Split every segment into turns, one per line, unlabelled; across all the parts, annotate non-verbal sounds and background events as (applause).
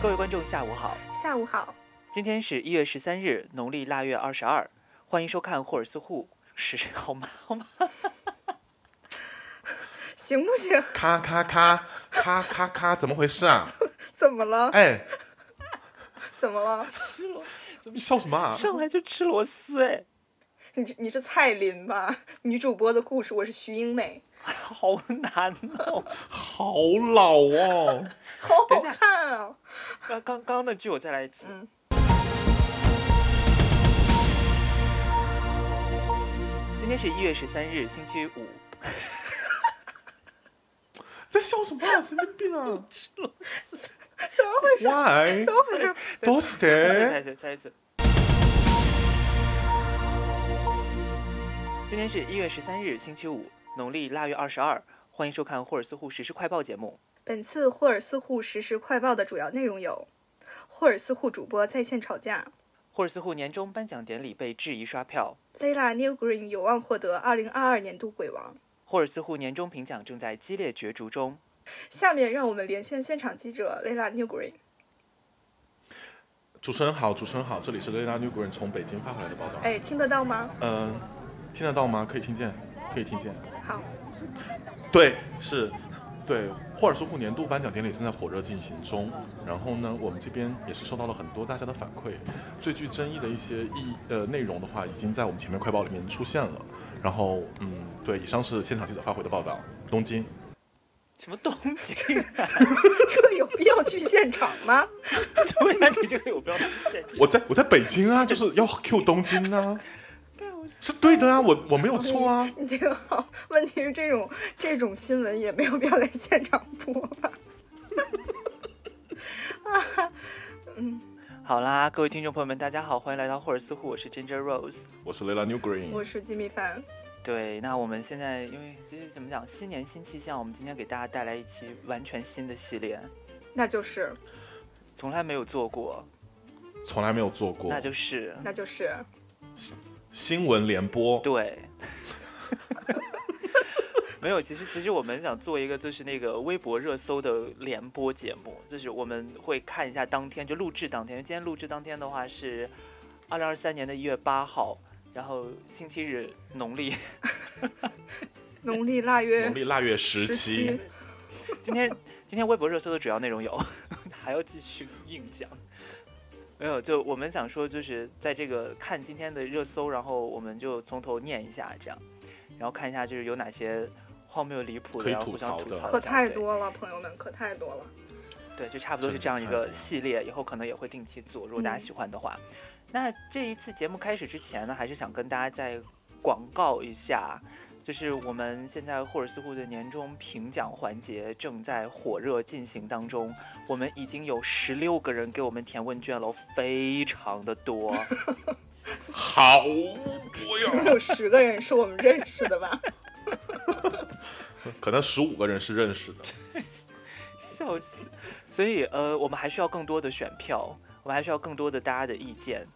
各位观众，下午好。
下午好，
今天是一月十三日，农历腊月二十二，欢迎收看霍尔斯户是好吗？好吗？
行不行？
咔咔咔咔咔咔，怎么回事啊？
怎么了？
(laughs) 哎，
怎么了？
你笑什么啊？
上来就吃螺丝，哎，
你这你是蔡琳吧？女主播的故事，我是徐英美，
好难哦。
好老哦！
好
等
好
一下
看啊！
刚刚刚的句我再来一次。
嗯
今天是一月十三日，星期五。
在笑什么啊？神经病 (laughs) 啊
怎么回事？
(laughs) ！Why？
怎么回事？
どうし
再一次，再一
て？
次，再一次。今天是一月十三日，星期五，农历腊月二十二，欢迎收看霍尔斯户实时快报节目。
本次霍尔斯户实时快报的主要内容有：霍尔斯户主播在线吵架
霍尔斯户年终颁奖典礼被质疑刷票，
，Layla Newgreen 有望获得2022年度鬼王。
霍尔斯户年终评奖正在激烈角逐中。
下面让我们连线现场记者 Layla Newgreen。
主持人好，主持人好，这里是雷达女古人从北京发回来的报道。
哎，听得到吗？
嗯、听得到吗？可以听见，可以听见。
好， (laughs)
对，是，对，霍尔斯户年度颁奖典礼正在火热进行中。然后呢，我们这边也是收到了很多大家的反馈，最具争议的一些意呃内容的话，已经在我们前面快报里面出现了。然后，嗯，对，以上是现场记者发回的报道。东京，
什么东京啊？
这有必要去现场吗？ (laughs)
突然 (laughs) 你这个有标志现 (laughs) 场，
我在我在北京啊，就是要 Q 东京啊，是对的啊，我我没有错啊。
你这个好，问题是这种这种新闻也没有必要在现场播吧？
好啦，各位听众朋友们，大家好，欢迎来到霍尔斯户，我是 Ginger Rose。
我是雷拉 New
我
Green，
是金米凡，
对，那我们现在因为就是怎么讲，新年新气象，我们今天给大家带来一期完全新的系列，
那就是
从来没有做过，
从来没有做过
那就是
那就是
新闻联播，
对。 (laughs) 没有，其实其实我们想做一个就是那个微博热搜的联播节目，就是我们会看一下当天就录制当天，今天录制当天的话是二零二三年的一月八号，然后星期日农历，
农历腊月
农历腊月十
十
七
七。，
今天今天微博热搜的主要内容有，还要继续硬讲。没有，就我们想说，就是在这个看今天的热搜，然后我们就从头念一下，这样，然后看一下就是有哪些荒谬离谱
可
的，
以
然后
吐
互相
槽
吐
的
槽
可
的
太多了，朋友们，可太多了。
(laughs)
对，就差不多是嗯
真的
这样一
太多
个
了
系列，以后可能也会定期做，如果大家喜欢的话。那这一次节目开始之前呢，还是想跟大家再广告一下，就是我们现在霍尔斯户的年终评奖环节正在火热进行当中，我们已经有十六个人给我们填问卷了，非常的多。
好多呀，
有十个人是我们认识的吧？
可能十五个人是认识的。
笑死！所以呃，我们还需要更多的选票，我们还需要更多的大家的意见。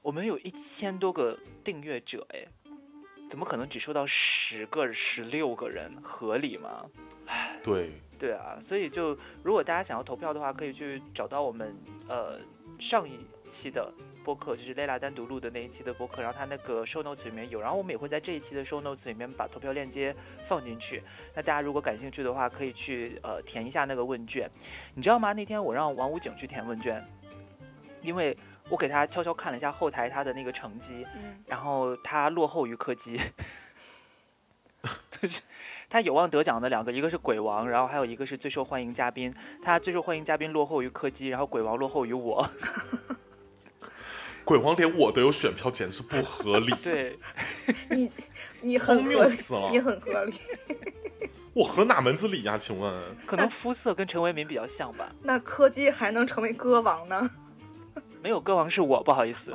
我们有一千多个订阅者，哎，怎么可能只收到十个、十六个人？合理吗？
对，
对啊，所以就如果大家想要投票的话，可以去找到我们呃上一期的播客，就是 Lela 单独录的那一期的播客，然后它那个 show notes 里面有，然后我们也会在这一期的 show notes 里面把投票链接放进去。那大家如果感兴趣的话，可以去呃填一下那个问卷。你知道吗？那天我让王武警去填问卷，因为我给他悄悄看了一下后台他的那个成绩，
嗯，
然后他落后于柯基，就是他有望得奖的两个，一个是鬼王，然后还有一个是最受欢迎嘉宾。他最受欢迎嘉宾落后于柯基，然后鬼王落后于我。。
鬼王连我都有选票，简直不合理
(laughs) 对，
你你很
荒
合
谬
理
死了，
你很合理。
我合哪门子理呀？请问，
可能肤色跟陈为民比较像吧。
那柯基还能成为歌王呢？
没有歌王是我，不好意思，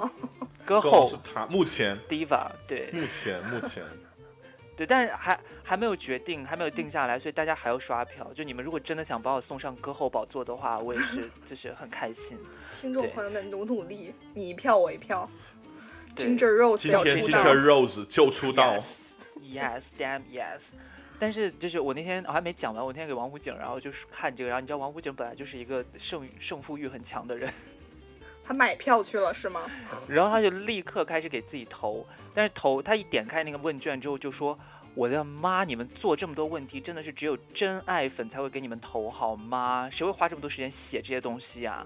歌
刚好
后
是他，目前，
diva 对
目前，目前，
对，但是还还没有决定，还没有定下来，所以大家还要刷票。就你们如果真的想把我送上歌后宝座的话，我也是就是很开心。
听众
对
朋友们，努努力，你一票我一票。
对
Ginger Rose
今
要
天
出
知
道，
Ginger Rose 就出道，
Yes, yes, damn yes. 但是就是我那天我还没讲完，我那天给王府井，然后就是看这个，然后你知道王府井本来就是一个胜胜负欲很强的人， (laughs)
他买票去了是吗？
然后他就立刻开始给自己投，但是投他一点开那个问卷之后就说：“我的妈，你们做这么多问题，真的是只有真爱粉才会给你们投好吗？谁会花这么多时间写这些东西啊？”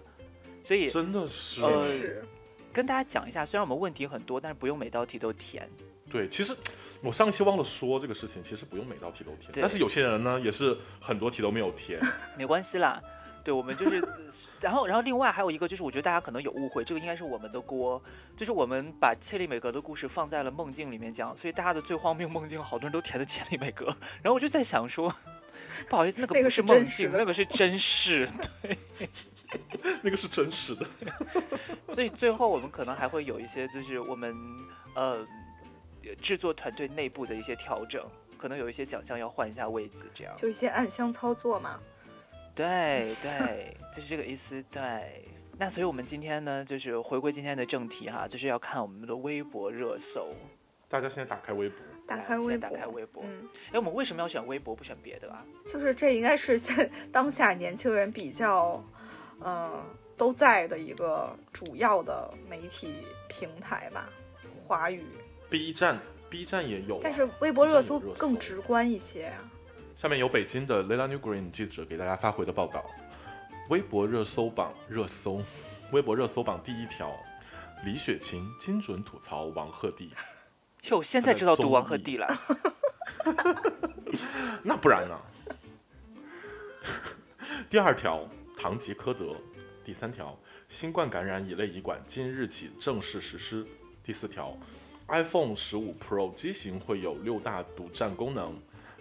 所以
真的是，
呃
是，
跟大家讲一下，虽然我们问题很多，但是不用每道题都填。
对，其实我上期忘了说这个事情，其实不用每道题都填，
对
但是有些人呢也是很多题都没有
(laughs)
填，
没关系啦。对，我们就是，然后，然后另外还有一个就是，我觉得大家可能有误会，这个应该是我们的锅，就是我们把切利美格的故事放在了梦境里面讲，所以大家的最荒谬梦境，好多人都填的切利美格，然后我就在想说，不好意思，那个
那个
不
是
梦
真实
境，
的
那个是真事，
那个是真实的。
所以最后我们可能还会有一些就是我们呃制作团队内部的一些调整，可能有一些奖项要换一下位置，这样。
就一些暗箱操作嘛。
对对， (laughs) 就是这个意思。对，那所以我们今天呢，就是回归今天的正题哈，就是要看我们的微博热搜。
大家现在打开微博，
打
来
开
我们
微
现
博，
在打开微博。
嗯，
哎，我们为什么要选微博不选别的啊？
就是这应该是现当下年轻人比较，呃，都在的一个主要的媒体平台吧，华语。
B 站，B 站也有啊、
但是微博热搜
好像有热搜
更直观一些啊。
下面有北京的 Lela New Green 记者给大家发回的报道。微博热搜榜热搜，微博热搜榜第一条，李雪琴精准吐槽王鹤棣。
哟，现
它
在
的
知道读
综
王鹤
艺
棣
(laughs)
了。
那不然呢？ (laughs) 第二条，堂吉诃德；第三条，新冠感染乙类乙管今日起正式实施；第四条，iPhone 十五 Pro 机型会有六大独占功能；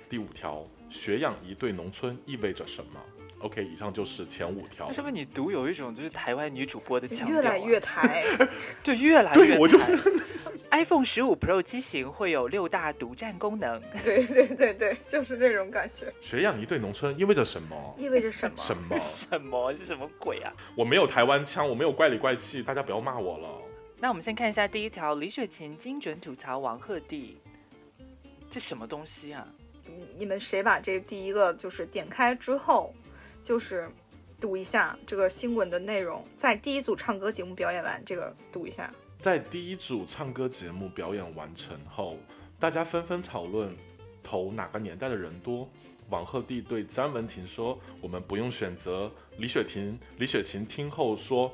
第五条，血氧仪对农村意味着什么？OK，以上就是前五条
为。什么你读有一种就是台湾女主播的
就
腔调、
越
啊？
来越
(laughs)
台，
对，越来
对
越
我就是
iPhone 十五 Pro 机型会有六大独占功能。？
对对对对，就是这种感觉，
血氧仪对农村意味着什么？
意味着什么？
什么
什么？是什么鬼啊？
我没有台湾腔，我没有怪里怪气，大家不要骂我了。
那我们先看一下第一条，李雪琴精准吐槽王鹤棣，这什么东西啊？
你们谁把这第一个就是点开之后，就是读一下这个新闻的内容，在第一组唱歌节目表演完，这个读一下。
在第一组唱歌节目表演完成后，大家纷纷讨论投哪个年代的人多。王鹤棣对詹雯婷说：“我们不用选择。”李雪婷，李雪琴听后说：“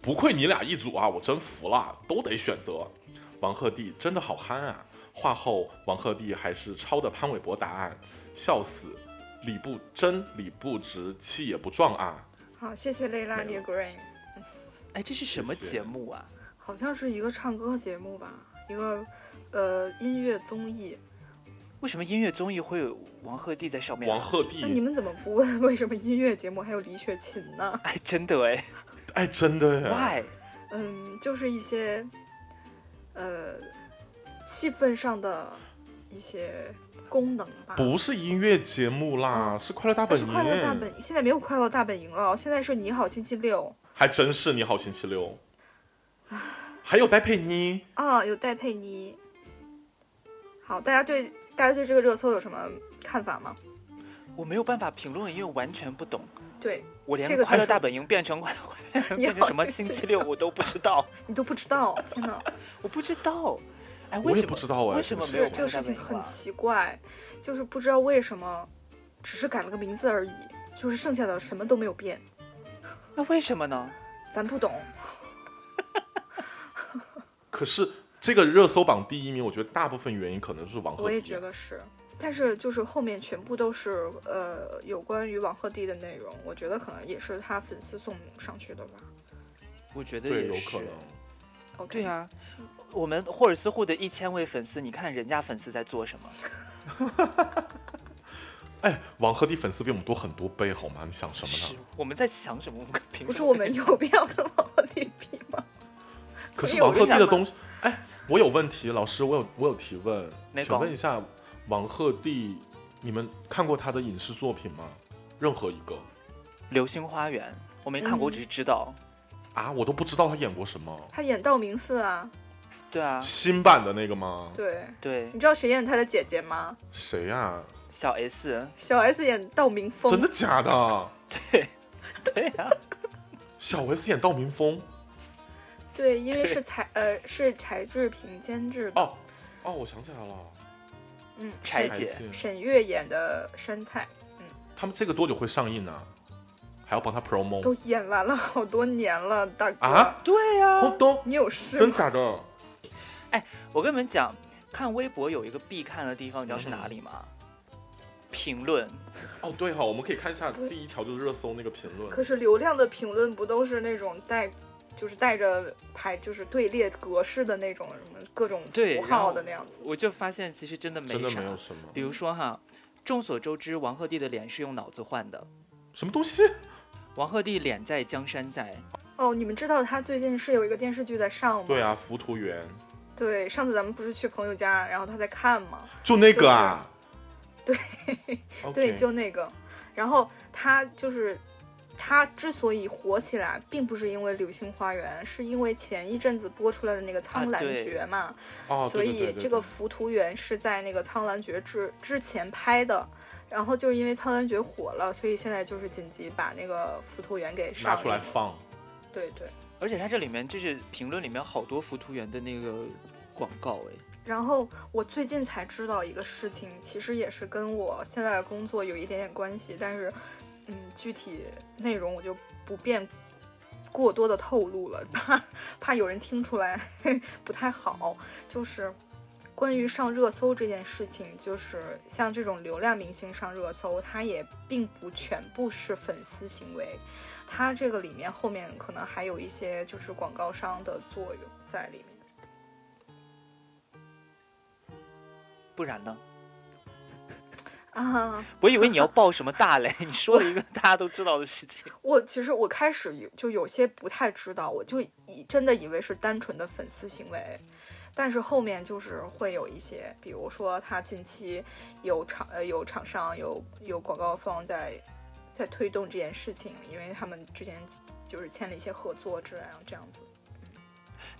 不愧你俩一组啊，我真服了，都得选择。”王鹤棣真的好憨啊！话后，王鹤棣还是抄的潘玮柏答案，笑死。理不真理不直气也不壮啊！
好，谢谢蕾拉
没
New
有
Green，
哎，这是什么节目啊？
好像是一个唱歌节目吧，一个呃音乐综艺。
为什么音乐综艺会有王鹤棣在上面、啊？
王鹤
那你
棣，
们怎么不问 (laughs) 为什么音乐节目还有李雪琴呢？
(laughs) 哎，真的
(laughs)
哎
哎，真的耶
，Why？
嗯，就是一些呃气氛上的一些功能吧。
不是音乐节目啦，是快乐大
不哦
本
是
营。
快乐大本营，现在没有快乐大本营了，现在是你好星期六
还真是你好星期六，还有戴佩妮，
啊，有戴佩妮。好，大家对大家对这个热搜有什么看法吗？
我没有办法评论，因为完全不懂。 (laughs)
对
我连
这个
《快乐
就是
大本营》变成快
(laughs) 你
变成什么星期六我都不知
(laughs)
道，
你都不知道，天哪！
我不知道。哎，
我
为
也
什
不
么？
知道哎，
为什么
这
没
个
有
事
这个事情
啊
很奇怪，就是不知道为什么，只是改了个名字而已，就是剩下的什么都没有变，
那为什么呢？
咱不懂。
可是这个热搜榜第一名，我觉得大部分原因可能是王鹤棣。
我也觉，得是，但是就是后面全部都是呃有关于王鹤棣的内容，我觉得可能也是他粉丝送上去的吧。
我觉得
对，
也
有
是
可能。
OK，
对啊，我们霍尔斯户的一千位粉丝，你看人家粉丝在做什么？
哎，王鹤棣粉丝比我们多很多倍，好吗？你想什么
是
呢？
我们在想什么？我们凭
不是
什么
我们有必要跟王鹤棣比吗？ (laughs)
可是
有
王鹤棣
人
的
想
东西，哎，我有问题，老师，我有我有提问，
哪
请
个
问一下，王鹤棣，你们看过他的影视作品吗？任何一个
流星花园》，我没看过，我
嗯
只是知道。
啊，我都不知道他演过什么。
他演道明寺啊，
对啊，
新版的那个吗？
对，
对
你，知道谁演他的姐姐吗？
谁呀、
小 S，
小 S 演道明峰，
真的假的？
(laughs)
对呀、
啊
小 S 演道明峰
对，因为
对
是柴呃是柴智屏监制的，
哦哦，我想起来了，
嗯，
柴
沈
姐
沈月演的杉菜
他们这个多久会上映啊？还要帮他 promo
都演完了好多年了，大哥，
哦啊？
对呀、
红东，
你有事
真
吗？
假的？
我跟你们讲，看微博有一个必看的地方，你知道是哪里吗？评论。
哦，对哈、我们可以看一下第一条就是热搜那个评论，
可是流量的评论不都是那种带，就是带着排就是队列格式的那种什么各种
对
符
然
号
后
的那样子，
我就发现其实真的没
真的
啥。
没有什么
比如说哈，众所周知，王鹤棣的脸是用脑子换的。
什么东西。
王鹤棣脸在江山在，
哦，你们知道他最近是有一个电视剧在上吗？
对啊，浮屠园
对，上次咱们不是去朋友家，然后他在看吗？
就那个啊，
就是
对
对，就那个。然后他就是他之所以火起来，并不是因为《流星花园》，是因为前一阵子播出来的那个《苍兰
对
诀》嘛。
哦，
所
对对
以
对对
这个《
对
浮屠缘》是在那个《苍兰诀》之之前拍的。然后就是因为《苍兰诀》火了，所以现在就是紧急把那个《浮屠缘》给上
拿出来
映
放，
对对。
而且它这里面就是评论里面好多浮屠园的那个广告哎，
然后我最近才知道一个事情，其实也是跟我现在的工作有一点点关系，但是，嗯，具体内容我就不便过多的透露了，怕怕有人听出来 (laughs) 不太好。就是关于上热搜这件事情，就是像这种流量明星上热搜，它也并不全部是粉丝行为，它这个里面后面可能还有一些就是广告商的作用在里面。
不然呢？
啊，
我以为你要爆什么大雷，你说了一个大家都知道的事情。
我其实我开始有就有些不太知道，我就以真的以为是单纯的粉丝行为，但是后面就是会有一些，比如说他近期有厂呃有厂商有有广告方在在推动这件事情，因为他们之前就是签了一些合作这样这样子。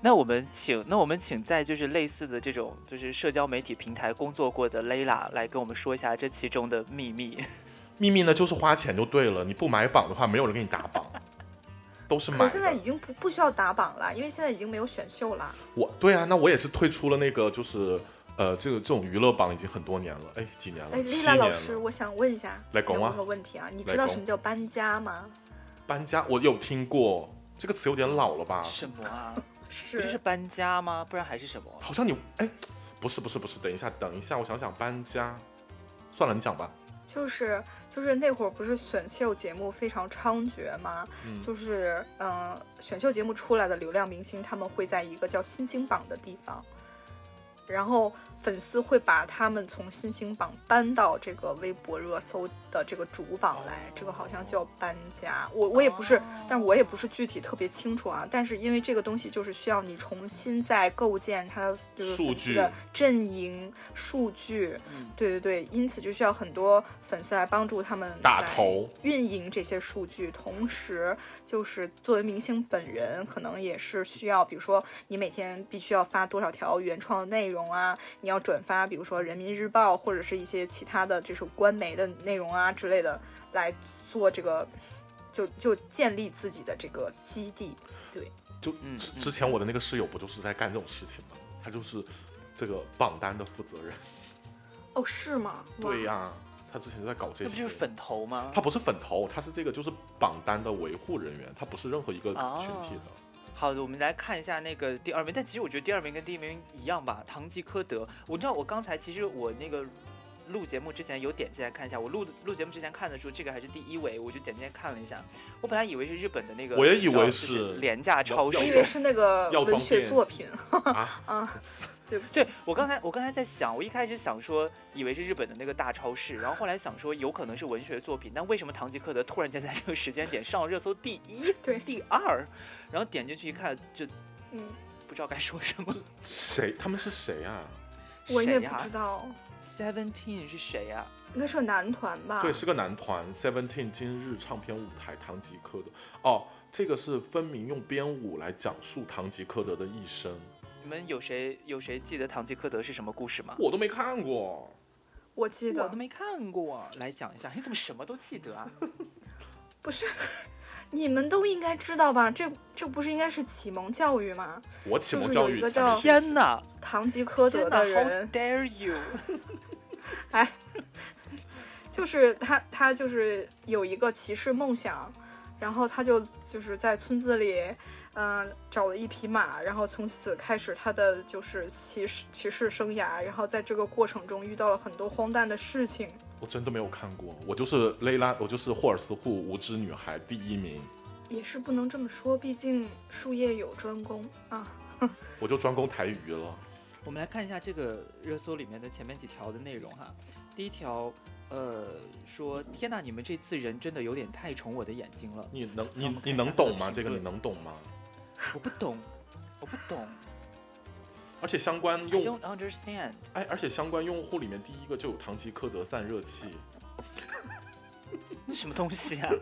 那我们请，那我们请在就是类似的这种就是社交媒体平台工作过的 Layla 来跟我们说一下这其中的秘
(laughs)
密。
秘密呢就是花钱就对了，你不买榜的话，没有人给你打榜，都是买
可
的。
是现在已经不不需要打榜了，因为现在已经没有选秀了。
我对啊，那我也是退出了那个就是呃这个这种娱乐榜已经很多年了，哎几年
哎，
了，
丽
七
娜
年
老师，
了。
我想问一下，
来讲啊
我有个问题啊，你知
来
道
讲
什么叫搬家吗？
搬家我有听过这个词，有点老了吧？
什么啊？不
是
就是搬家吗？不然还是什么？
好像你哎，不是不是不是，等一下等一下，我想想搬家，算了，你讲吧。
就是就是那会儿不是选秀节目非常猖獗吗？
嗯
就是嗯、呃选秀节目出来的流量明星，他们会在一个叫新星榜的地方，然后粉丝会把他们从新星榜搬到这个微博热搜的这个主榜来，这个好像叫搬家。我我也不是，但我也不是具体特别清楚啊。但是因为这个东西就是需要你重新再构建它的就是
数
粉丝
据
的阵营数据，
嗯
对对对，因此就需要很多粉丝来帮助他们
打
来
头
运营这些数据，同时就是作为明星本人，可能也是需要，比如说你每天必须要发多少条原创的内容啊，你要转发，比如说人民日报或者是一些其他的这种官媒的内容啊之类的，来做这个，就就建立自己的这个基地。
就
嗯
之
嗯
之前我的那个室友不就是在干这种事情吗？他就是这个榜单的负责人。
哦，是吗？哇
对呀、他之前就在搞这
那不
些
就是。粉头吗
他？不是粉头，他是这个就是榜单的维护人员，他不是任何一个
哦
群体的。
好的，我们来看一下那个第二名，但其实我觉得第二名跟第一名一样吧。堂吉诃德，我知道我刚才其实我那个录节目之前有点进来看一下，我录录节目之前看的时候，这个还是第一位，我就点进来看了一下。我本来以为是日本的那个，
我也以为
就是廉价超
我以
市
为，是那个
(laughs) 药
文
妆
学
店
作品 (laughs)
啊 (laughs)
啊，对不起。
对我刚才，我刚才在想，我一开始想说，以为是日本的那个大超市，然后后来想说，有可能是文学作品，但为什么堂吉诃德突然间在这个时间点上了热搜第一、
(laughs) 对
第二？然后点进去一看，就
嗯，
不知道该说什么。
谁？他们是谁啊？
我也
谁
不
呀
知道，
？Seventeen 是谁啊呀、
应该是个男团吧？
啊
对，是个男团 Seventeen 今日唱片舞台堂吉诃德。哦，这个是分明用编舞来讲述堂吉诃德的一生，
你们有谁有谁记得堂吉诃德是什么故事吗？
我都没看过。
我记
我
得
都没看过，来讲一下，你怎么什么都记得
(laughs)
啊？
不是，你们都应该知道吧？这这不是应该是启蒙教育吗？
我启蒙
就是
教
有
育
一个
才
叫
是
天哪，
堂吉诃
天
德
哪
的
，How
人
dare you！
就是他，他就是有一个骑士梦想，然后他就就是在村子里，嗯、找了一匹马，然后从此开始他的就是骑士骑士生涯，然后在这个过程中遇到了很多荒诞的事情。
我真的没有看过，我就是蕾拉，我就是霍尔斯户无知女孩第一名，
也是不能这么说，毕竟术业有专攻啊。
我就专攻台语了。
我们来看一下这个热搜里面的前面几条的内容哈。第一条，呃，说天呐，你们这次人真的有点太宠我的眼睛了，
你能
那我们
你
看
你
一
能
下
懂
他
吗？
的
这
评
个你
论
能懂吗？
我不懂，我不懂
而且相关
，I
用
don't understand。
哎，而且相关用户里面第一个就有堂吉诃德散热器，
那什么东西
(laughs)
啊？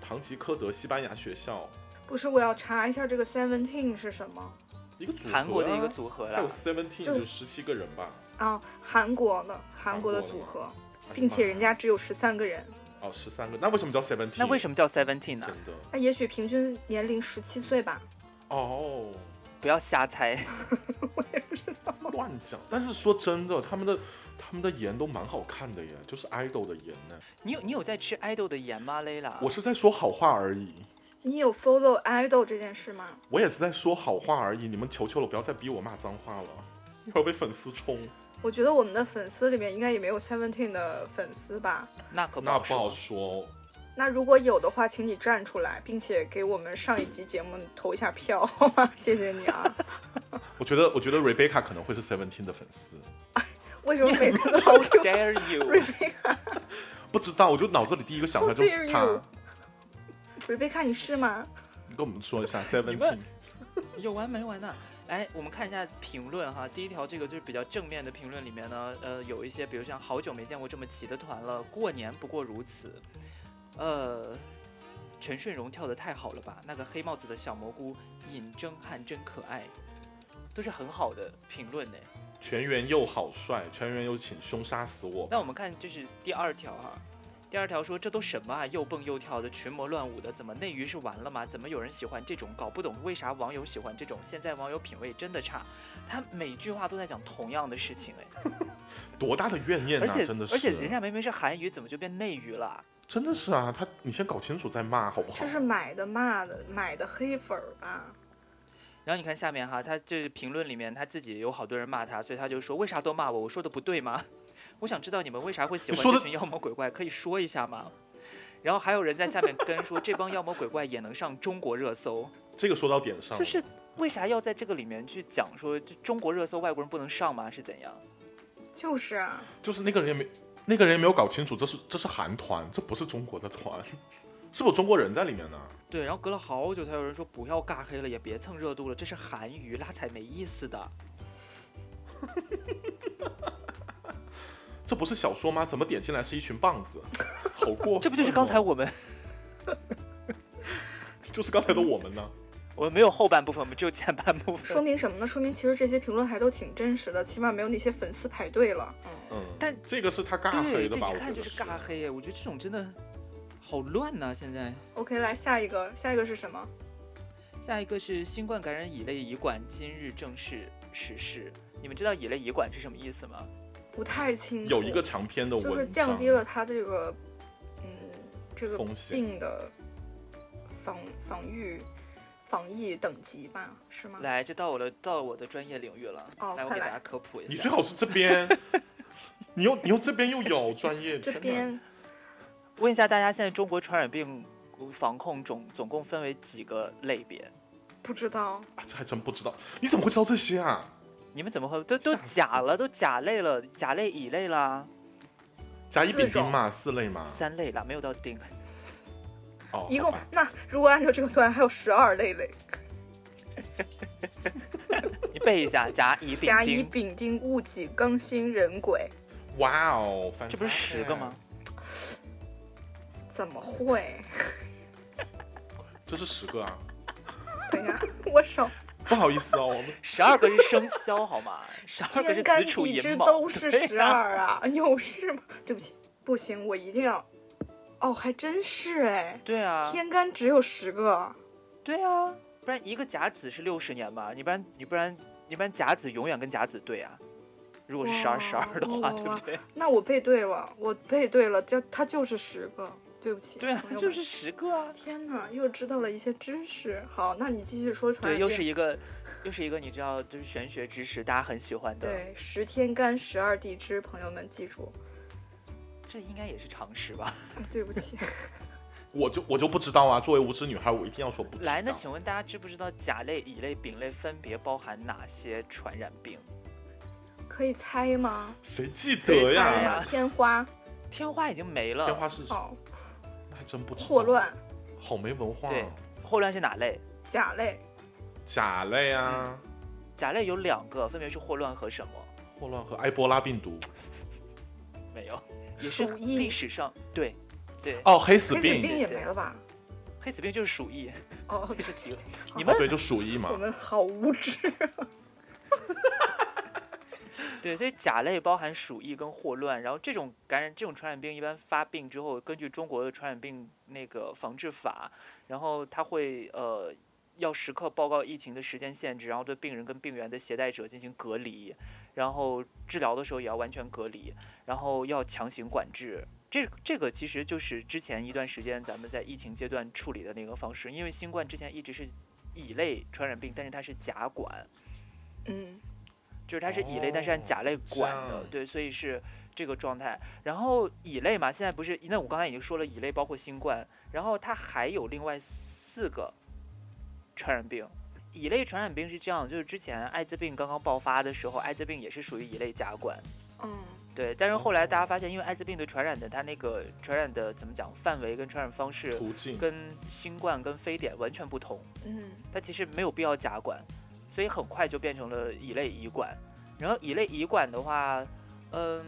堂吉诃德西班牙学校
不是，我要查一下这个 Seventeen 是什么
一个组合、啊
韩国的一个，组合啊
还
啦
有。seventeen
就
就十七个人吧，
啊？韩国的，韩国的
韩国的
组
吗
合，
还是
并且
蛮
人家只有十三个人，
哦十三个，那为什么叫 seventeen？
那为什么叫 Seventeen 呢、
真的
那也许平均年龄十七岁吧。
哦，
不要瞎猜，
乱讲。但是说真的，他们的他们的颜都蛮好看的耶，就是 idol 的颜呢。
你有你有在吃 idol 的盐吗，Layla？
啊
我是在说好话而已，
你有 follow idol 这件事吗？
我也是在说好话而已。你们求求了，不要再逼我骂脏话了，
嗯
一会儿被粉丝冲。
我觉得我们的粉丝里面应该也没有 Seventeen 的粉丝吧。
那可
那不
说
好说，
那如果有的话，请你站出来，并且给我们上一集节目投一下票，好吗？谢谢你 (laughs) 啊！
我觉得我觉得 Rebecca 可能会是 Seventeen 的粉丝。
为什么每 (laughs) 次都
How
要给我
dare
(laughs)
you！
Rebecca
不知道，我就脑子里第一个想到就是
How dare
他
you。Rebecca 你是吗？
你跟我们说
(laughs)
一下
你
Seventeen
们有完没完呐、来，我们看一下评论哈。第一条这个就是比较正面的评论里面呢，呃，有一些比如像好久没见过这么齐的团了，过年不过如此。呃，陈顺荣跳的太好了吧？那个黑帽子的小蘑菇尹征汉真可爱，都是很好的评论呢。
全员又好帅，全员又请凶杀死我。
那我们看就是第二条哈、第二条说这都什么啊，又蹦又跳的，群魔乱舞的，怎么内娱是完了吗？怎么有人喜欢这种？搞不懂为啥网友喜欢这种。现在网友品味真的差，他每句话都在讲同样的事情哎，
多大的怨念
而
啊！
且
真的是，
而且人家明明是韩娱，怎么就变内娱了？
真的是啊，他你先搞清楚再骂好不好
这？是买的骂的买的黑粉儿吧？
然后你看下面哈，他这评论里面他自己有好多人骂他，所以他就说为啥都骂我？我说的不对吗？ (laughs) 我想知道你们为啥会喜
你说
欢
的
这群妖魔鬼怪，可以说一下吗？然后还有人在下面跟说这帮妖魔鬼怪也能上中国热搜。
这个说到点上了，
就是为啥要在这个里面去讲说，就中国热搜外国人不能上吗？是怎样？
就是啊，
就是那个人也没那个人也没有搞清楚，这是这是韩团，这不是中国的团，是不是有中国人在里面呢？
对，然后隔了好久才有人说不要尬黑了，也别蹭热度了，这是韩娱拉踩没意思的。
这不是小说吗？怎么点进来是一群棒子？好过分哦、
(laughs) 这不就是刚才我们
(laughs) 就是刚才的我们呢？
我们没有后半部分，我们只有前半部
说
分。
明什么呢？说明其实这些评论还都挺真实的，起码没有那些粉丝排队了。嗯，
嗯，
但
这个是他尬黑
对，
的
这
吧？
一
我
看
觉
就
得
是尬。黑耶！我觉得这种真的好乱呐、现在。
OK，来下一个，下一个是什么？
下一个是新冠感染乙类乙管今日正式实施。你们知道乙类乙管是什么意思吗？
不太清楚。
有一个长篇的文章，
就是降低了它这个，嗯，这个
风险
病的防防御防疫等级吧，是吗？
来，这到我的到我的专业领域了。
哦
来，我
快
给大
来
家科普一下。
你最好是这边， (laughs) 你又你又这边又有专业，
这
天哪
边
问一下大家，现在中国传染病防控总总共分为几个类别？
不知道，
啊，这还真不知道，你怎么会知道这些啊？
你们怎么会都都
吓死
甲了，都甲类了，甲类、乙类啦，
甲乙丙丁嘛，四类
啊
嘛，
三类啦，没有到丁。
哦，
一共
好吧
那如果按照这个算，还有十二类类，
你背一下，
(laughs)
甲、乙、丙
甲、乙、
丁，
丙、丁、戊、己、庚、辛、壬、癸，
哇哦，
这不是十个
哎
吗？？
怎么会？
这是十个啊！
等一下，我手
不好意思哦，我们
十二个是生肖好
(laughs)
吗？十二个是
天干
子丑
地
寅
支
卯，
都是
对
十
呀
二啊，有事吗？对不起，不行，我一定要。哦，还真是哎，
对啊，
天干只有十个，
对啊，不然一个甲子是六十年嘛，你不然你不然你不然甲子永远跟甲子对啊。如果是十
哇
二十二的话，
哇
对不对？
那我背对了，我背对了，就它就是十个。对不起，
对啊
朋，友
就
们
是十个啊。
天哪，又知道了一些知识。好，那你继续说传染 (laughs)
对，
病。
又是一个，又是一个，你知道，就是玄学知识，大家很喜欢的。
对十天干十二地支，朋友们记住。哎
这应该也是常识吧？
对不起， (laughs)
我就我就不知道啊。作为无知女孩，我一定要说不知道。
来，那请问大家知不知道甲类、乙类、丙类分别包含哪些传染病？
可以猜吗？
谁记
谁
得
呀
猜
呀？
吗？天花
天花已经没了，
天花是
哦，
还真不知道。
霍，乱、
好没文化、
对
啊。
霍乱是哪类？
甲类、
甲类啊，
嗯甲类有两个，分别是霍乱和什么？
霍乱和埃博拉病毒。
没有，也是
鼠疫
历史上对对、
哦，黑死
黑死
病。
病也
对
没了吧？
黑死病就是鼠疫，
(laughs) 哦，
这是题了。你
哦
们，
对，就鼠疫嘛
我。们好无知。
对，所以甲类包含鼠疫跟霍乱，然后这种感染这种传染病一般发病之后，根据中国的传染病那个防治法，然后它会呃要时刻报告疫情的时间限制，然后对病人跟病源的携带者进行隔离，然后治疗的时候也要完全隔离，然后要强行管制。这这个其实就是之前一段时间咱们在疫情阶段处理的那个方式，因为新冠之前一直是乙类传染病，但是它是甲管，
嗯，
就是它是乙类，但是按
哦
甲类管
这
的
样，
对，所以是这个状态。然后乙类嘛，现在不是，那我刚才已经说了，乙类包括新冠，然后它还有另外四个传染病。乙类传染病是这样，就是之前艾滋病刚刚爆发的时候，艾滋病也是属于乙类甲管，
嗯，
对。但是后来大家发现，因为艾滋病的传染的它那个传染的怎么讲范围跟传染方式，
途径。
跟新冠跟非典完全不同，
嗯，
但其实没有必要甲管，所以很快就变成了乙类乙管。然后乙类乙管的话，嗯，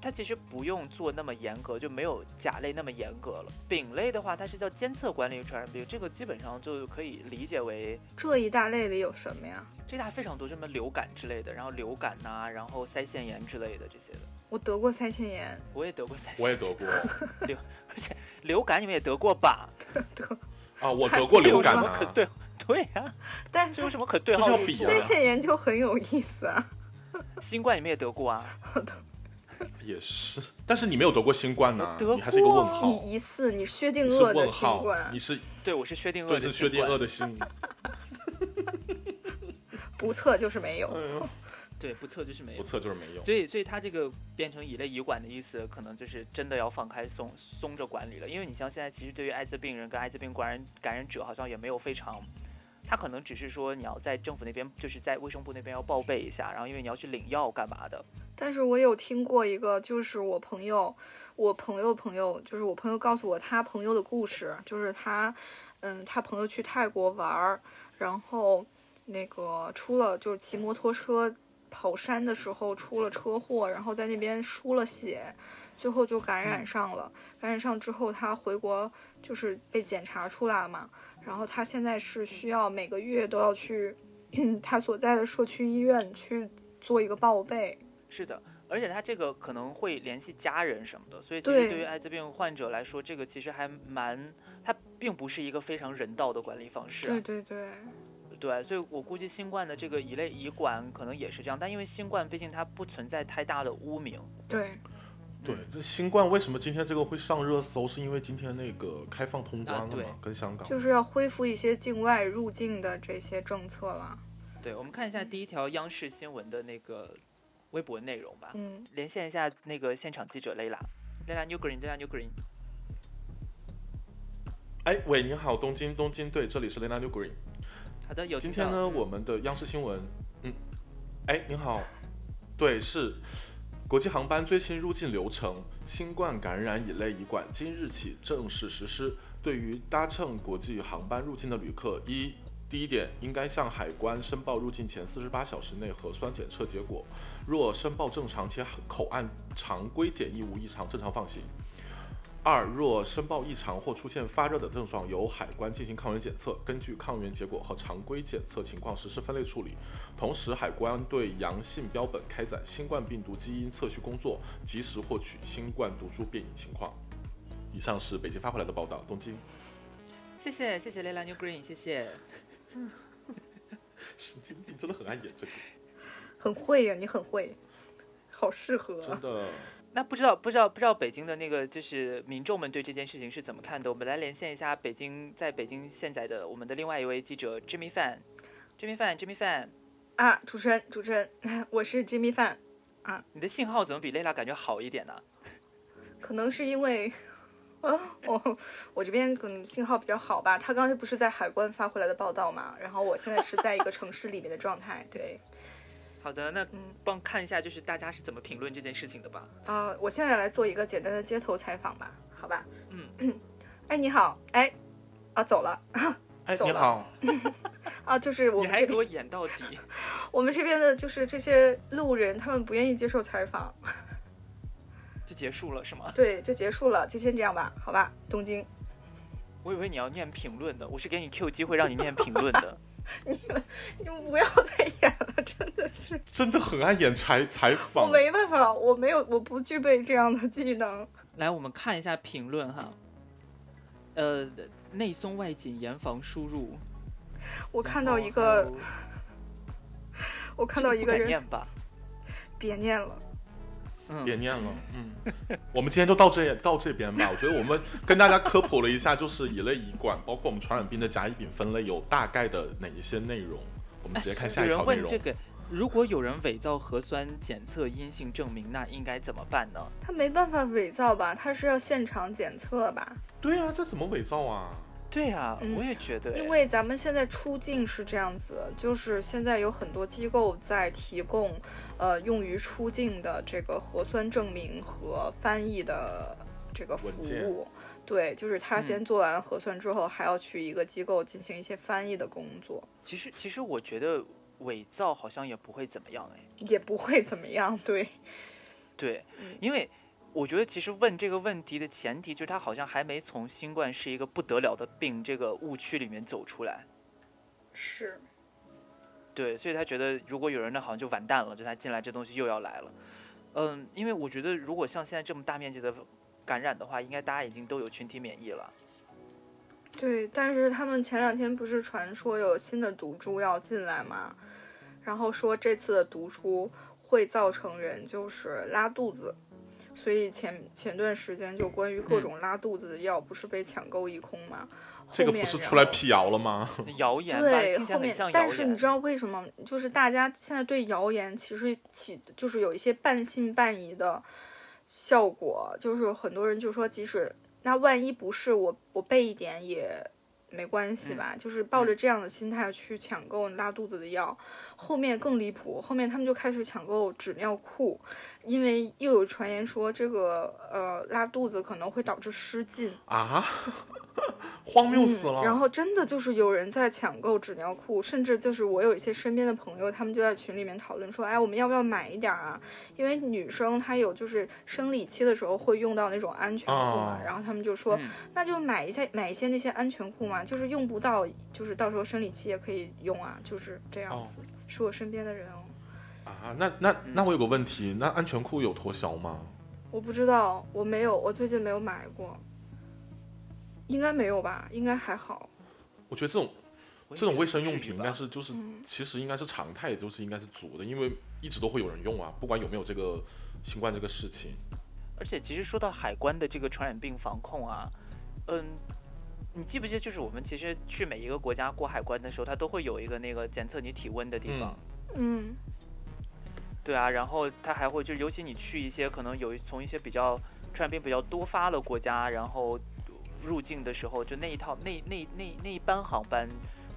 它其实不用做那么严格，就没有甲类那么严格了。丙类的话，它是叫监测管理传染病，这个基本上就可以理解为
这一大类里有什么呀？
这大非常多，什么流感之类的，然后流感呐、然后腮腺炎之类的这些的。
我得过腮腺炎，
我也得过腮腺，
我也得过
而且 (laughs) 流感你们也得过吧？
啊，我得过
这
流
有什
感
么
啊
可，对对呀、
但
这
是
有什么可对
就是
号
要
入
比
座
啊
的？
腮腺炎就很有意思啊。
新冠你们也得过啊？
也是。但是你没有得过新冠呐、
得
你还是一个问号，
你疑似你薛定
你哦是
谔的
问
新
号，
冠
你，是
对，我是薛定谔
对
的
是
新冠。
薛定谔的新。
不测就是没
嗯哎
有。
对，不测就是没
不
有。
测就是没有。
所以，所以它这个变成乙类乙管的意思，可能就是真的要放开松松着管理了。因为你像现在，其实对于艾滋病人跟艾滋病感染感染者，好像也没有非常，他可能只是说你要在政府那边，就是在卫生部那边要报备一下，然后因为你要去领药干嘛的。
但是我有听过一个，就是我朋友，我朋友朋友，就是我朋友告诉我他朋友的故事，就是他，嗯，他朋友去泰国玩儿，然后那个出了就是骑摩托车跑山的时候出了车祸，然后在那边输了血，最后就感染上了。感染上之后，他回国就是被检查出来嘛，然后他现在是需要每个月都要去 (clears throat) 他所在的社区医院去做一个报备。
是的，而且他这个可能会联系家人什么的，所以其实
对
对于艾滋病患者来说，这个其实还蛮，它并不是一个非常人道的管理方式。啊
对对对，
对，所以我估计新冠的这个乙类乙管可能也是这样，但因为新冠毕竟它不存在太大的污名，
对，
对，这新冠为什么今天这个会上热搜？是因为今天那个开放通关
啊
了
对
嘛，跟香港。
就是要恢复一些境外入境的这些政策了。
对，我们看一下第一条央视新闻的那个微博内容吧，
嗯，
连线一下那个现场记者 Layla。Layla New Green，Layla New Green，
哎，喂，你好，东京，东京，对，这里是 Lena New Green。
好的，有
今
听到
天呢，
嗯
我们的央视新闻，嗯，哎，您好，对，是国际航班最新入境流程，新冠感染乙类乙管今日起正式实施。对于搭乘国际航班入境的旅客，一第一点应该向海关申报入境前48小时内核酸检测结果，若申报正常且口岸常规检疫无异常，正常放行。二，若申报异常或出现发热等症状，由海关进行抗原检测，根据抗原结果和常规检测情况实施分类处理。同时，海关对阳性标本开展新冠病毒基因测序工作，及时获取新冠毒株变异情况。以上是北京发回来的报道，东京。
谢谢谢谢 Lela New Green，谢谢。
神经病真的很爱演这个，
很会呀、你很会，好适合啊、
真的。
那不知道不知道不知道北京的那个就是民众们对这件事情是怎么看的？我们来连线一下北京在北京现在的我们的另外一位记者 Jimmy Fan，Jimmy Fan，Jimmy Fan，
啊！主持人，主持人， (laughs) 我是 Jimmy Fan，
你的信号怎么比 Lela 感觉好一点呢、
可能是因为。啊，我我这边可能信号比较好吧。他刚才不是在海关发回来的报道嘛，然后我现在是在一个城市里面的状态。对，
好的，那
嗯
帮看一下就是大家是怎么评论这件事情的吧。
啊、我现在来做一个简单的街头采访吧，好吧？
嗯，
(clears throat) 哎，你好，哎，啊，走了
(laughs) 哎，
走了
你好，
啊，就是我
你
们
还
这
给
边
我演到底， (laughs)
我们这边的就是这些路人，他们不愿意接受采访，
就结束了是吗？
对，就结束了，就先这样吧，好吧？东京，
我以为你要念评论的，我是给你 Q 机会让你念评论的。
你们不要再演了，真的是，
(laughs) 真的很爱演采采
我
访。
没办法，我没有，我不具备这样的技能。
(laughs) 来，我们看一下评论哈。呃，内松外紧，严防输入。
我看到一
然
个
后，还有
我看到
哦
一个
这不敢
人，
念吧。
别念了。
嗯，
别念了，
(laughs)
嗯，我们今天就到这到这边吧。我觉得我们跟大家科普了一下，就是乙类乙管，包括我们传染病的甲乙丙分类有大概的哪一些内容。我们直接看
有
下一
哎
条
人
内
问
容。
这个，如果有人伪造核酸检测阴性证明，那应该怎么办呢？
他没办法伪造吧？他是要现场检测吧？
对啊，这怎么伪造啊？
对啊，
嗯
我也觉得哎，
因为咱们现在出境是这样子，就是现在有很多机构在提供，呃，用于出境的这个核酸证明和翻译的这个服
文件
务。对，就是他
嗯
先做完核酸之后，还要去一个机构进行一些翻译的工作，
其实其实我觉得伪造好像也不会怎么样哎。
也不会怎么样。对，
对
嗯，
因为我觉得其实问这个问题的前提就是他好像还没从新冠是一个不得了的病这个误区里面走出来。
是，
对，所以他觉得如果有人那好像就完蛋了，就他进来这东西又要来了。嗯，因为我觉得如果像现在这么大面积的感染的话，应该大家已经都有群体免疫
(laughs)
了。
对。但是他们前两天不是传说有新的毒株要进来吗？然后说这次的毒株会造成人就是拉肚子，所以前前段时间就关于各种拉肚子的药不是被抢购一空吗？
嗯这个
后面
不是
然
出来
后
辟谣了吗？
那谣言吧，
对
听起来
后
很
面
像，谣
但是你
言
知。道为什么？就是大家现在对谣言其实起就是有一些半信半疑的效果，就是很多人就说，即使那万一不是我，我备一点也没关
嗯
系吧，就是抱着这样的心态去抢购拉肚子的药。后面更离谱，后面他们就开始抢购纸尿裤，因为又有传言说这个呃拉肚子可能会导致失禁。
啊， (laughs) 荒谬死了。
嗯。然后真的就是有人在抢购纸尿裤，甚至就是我有一些身边的朋友，他们就在群里面讨论说，哎，我们要不要买一点儿啊？因为女生她有就是生理期的时候会用到那种安全裤嘛，
哦
然后他们就说，
嗯
那就买一些买一些那些安全裤嘛，就是用不到，就是到时候生理期也可以用啊，就是这样
哦
子。是我身边的人哦，
啊，那那那我有个问题，那安全裤有脱销吗？
我不知道，我没有，我最近没有买过，应该没有吧？应该还好。
我觉得这种
我也
这种
觉
卫
得
生
不
用
至于
品应
吧
该是就是
嗯
其实应该是常态，就是应该是足的，因为一直都会有人用啊，不管有没有这个新冠这个事情。
而且其实说到海关的这个传染病防控啊，嗯，你记不记得就是我们其实去每一个国家过海关的时候，它都会有一个那个检测你体温的地
嗯
方。
嗯
对啊，然后它还会就尤其你去一些可能有一从一些比较传染病比较多发的国家，然后入境的时候，就那一套那那那那一班航班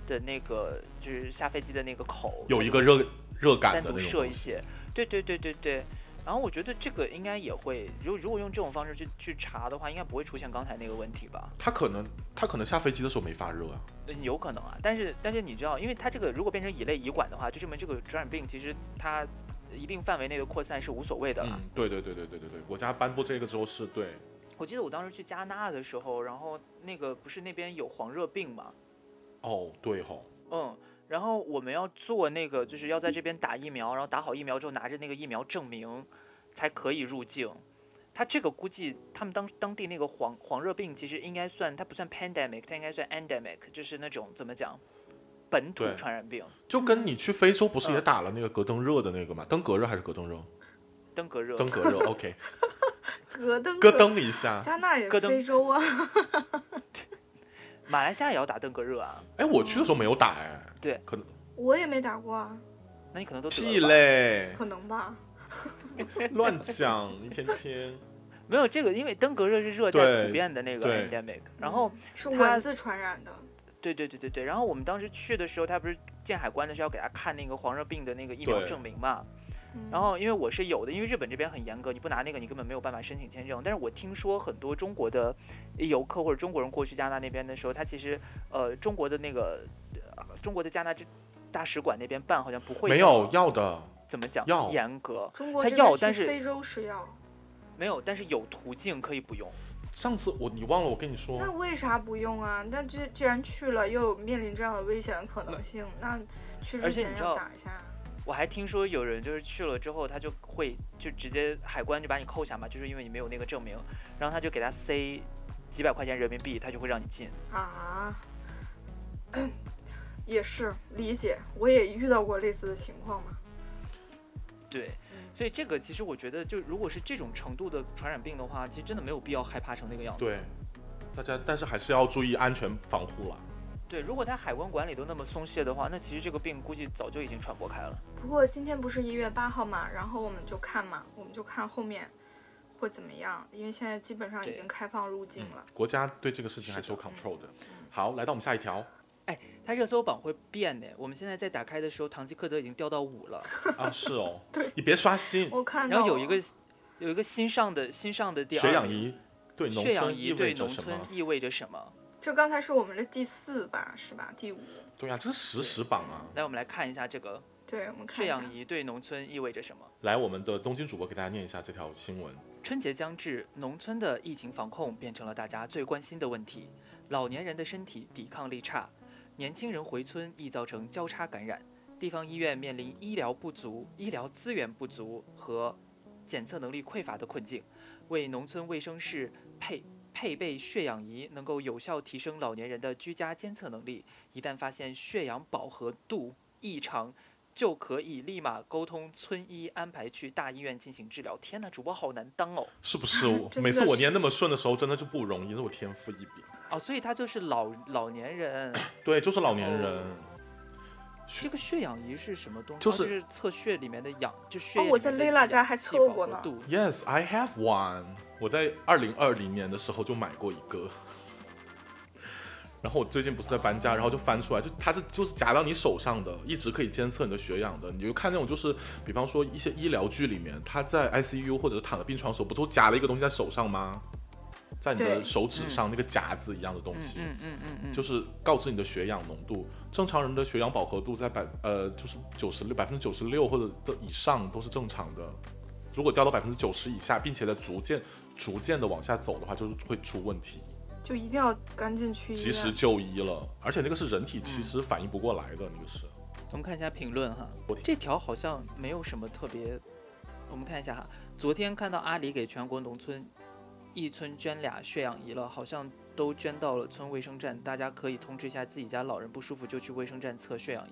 的那个就是下飞机的那个口，
有
它
一
就
个
会
热热感
单
的
独
那种
设一
东西。
些。对对对对对。然后我觉得这个应该也会，如如果用这种方式去去查的话，应该不会出现刚才那个问题吧？
他可能他可能下飞机的时候没发热啊，
嗯，有可能啊。但是但是你知道，因为它这个如果变成乙类乙管的话，就证明这个传染病其实它一定范围内的扩散是无所谓的了。
嗯嗯，对对对对对对对，国家颁布这个之后是对，
我记得我当时去加纳的时候，然后那个不是那边有黄热病嘛，
哦，对吼、
嗯，然后我们要做那个，就是要在这边打疫苗，然后打好疫苗之后拿着那个疫苗证明才可以入境。他这个估计他们当当地那个黄黄热病其实应该算，它不算 pandemic，它应该算 endemic，就是那种怎么讲，本土
对
传染病，
就跟你去非洲不是也
嗯
打了那个格登热的那个嘛？登革热还是格登热？
登革热。
登革热
(laughs)
，OK，
咯噔咯，
咯噔一下。
加纳也
咯
是
噔
非洲啊，
马来西亚也要打登革热啊？
哎，我去的时候没有打哎，
对，
可能
我也没打过啊，
那你可能都得
屁
了吧。
嘞，
可能吧。
(laughs)
乱讲，一天天。
没有这个，因为登革热是热带
对
普遍的那个
对
endemic，然后
嗯是
它
蚊子传染的，
对对对对对，然后我们当时去的时候，他不是建海关的时候要给他看那个黄热病的那个疫苗
对
证明嘛？
嗯
然后因为我是有的，因为日本这边很严格，你不拿那个你根本没有办法申请签证。但是我听说很多中国的游客或者中国人过去加拿大那边的时候，他其实呃中国的那个、呃中国的加拿大大使馆那边办好像不会啊
没有要的，
怎么讲
要
严格，
中国
它
这
药
边
但
去
是
非洲是药，
没有，但是有途径可以不用。
上次我你忘了我跟你说，
那为啥不用啊？那既既然去了，又有面临这样的危险的可能性，那去
而
之
且你
前
知道
要打一下啊。
我还听说有人就是去了之后，他就会就直接海关就把你扣下嘛，就是因为你没有那个证明，然后他就给他塞几百块钱人民币，他就会让你进。
啊， (coughs) 也是理解，我也遇到过类似的情况嘛。
对
嗯，
所以这个其实我觉得，就如果是这种程度的传染病的话，其实真的没有必要害怕成那个样子。
对，大家但是还是要注意安全防护啦。
对，如果他海关管理都那么松懈的话，那其实这个病估计早就已经传播开了。
不过今天不是一月八号嘛，然后我们就看嘛，我们就看后面会怎么样，因为现在基本上已
对嗯
经开放入境了。
国家对这个事情还是有
是
control 的。好，来到我们下一条
它热搜榜会变的，我们现在在打开的时候，堂吉诃德已经掉到五了，
啊，
(laughs)
是哦，你别刷新，
哦
我看到
然后有一
了
个有一个新上的新上的第二
血氧
名
仪对农
血氧
村
仪
意
对
味着
农
什
村
么？
意味着什么？
这刚才是我们的第四吧，是吧？第五。
对呀、这是实时榜啊。
来，我们来看一下这个
对，我们看
血
一下
氧仪对农村意味着什么。
来，我们的东京主播给大家念一下这条新闻。
春节将至，农村的疫情防控变成了大家最关心的问题。老年人的身体抵抗力差，年轻人回村易造成交叉感染，地方医院面临医疗不足、医疗资源不足和检测能力匮乏的困境。为农村卫生室配配备血氧仪，能够有效提升老年人的居家监测能力。一旦发现血氧饱和度异常，就可以立马沟通村医，安排去大医院进行治疗。天呐，主播好难当哦！
是
(laughs)
不是我？
真的
每次我
是
念那么顺的时候，真的就不容易，是我天赋异禀。
哦，所以他就是老老年人。
(coughs) 对，就是老年人。
哦这个血氧仪是什么东西？
就
哦
是
就是测血里面的氧，就血
哦
液
我
里
在
面的
Lela 家
氧
还
气
测
饱
过
和
呢
度嗯
Yes, I have one。我在二零二零年的时候就买过一个，然后我最近不是在搬家，然后就翻出来，就它是就是夹到你手上的，一直可以监测你的血氧的。你就看那种就是，比方说一些医疗剧里面，他在 ICU 或者是躺在病床的时候，不都夹了一个东西在手上吗？在你的
对
手指上那个夹子一样的东西，
嗯嗯嗯嗯，
就是告知你的血氧浓度。正常人的血氧饱和度在百呃就是九十六百分之九十六或者的以上都是正常的，如果掉到百分之九十以下，并且在逐渐逐渐的往下走的话，就是会出问题，
就一定要赶紧去医
及时
院。
就医了。而且那个是人体其实反应不过来的，那个是
我们看一下评论哈
我，天
这条好像没有什么特别。我们看一下哈，昨天看到阿里给全国农村一村捐俩血氧仪了，好像都捐到了村卫生站，大家可以通知一下自己家老人不舒服就去卫生站测血氧仪，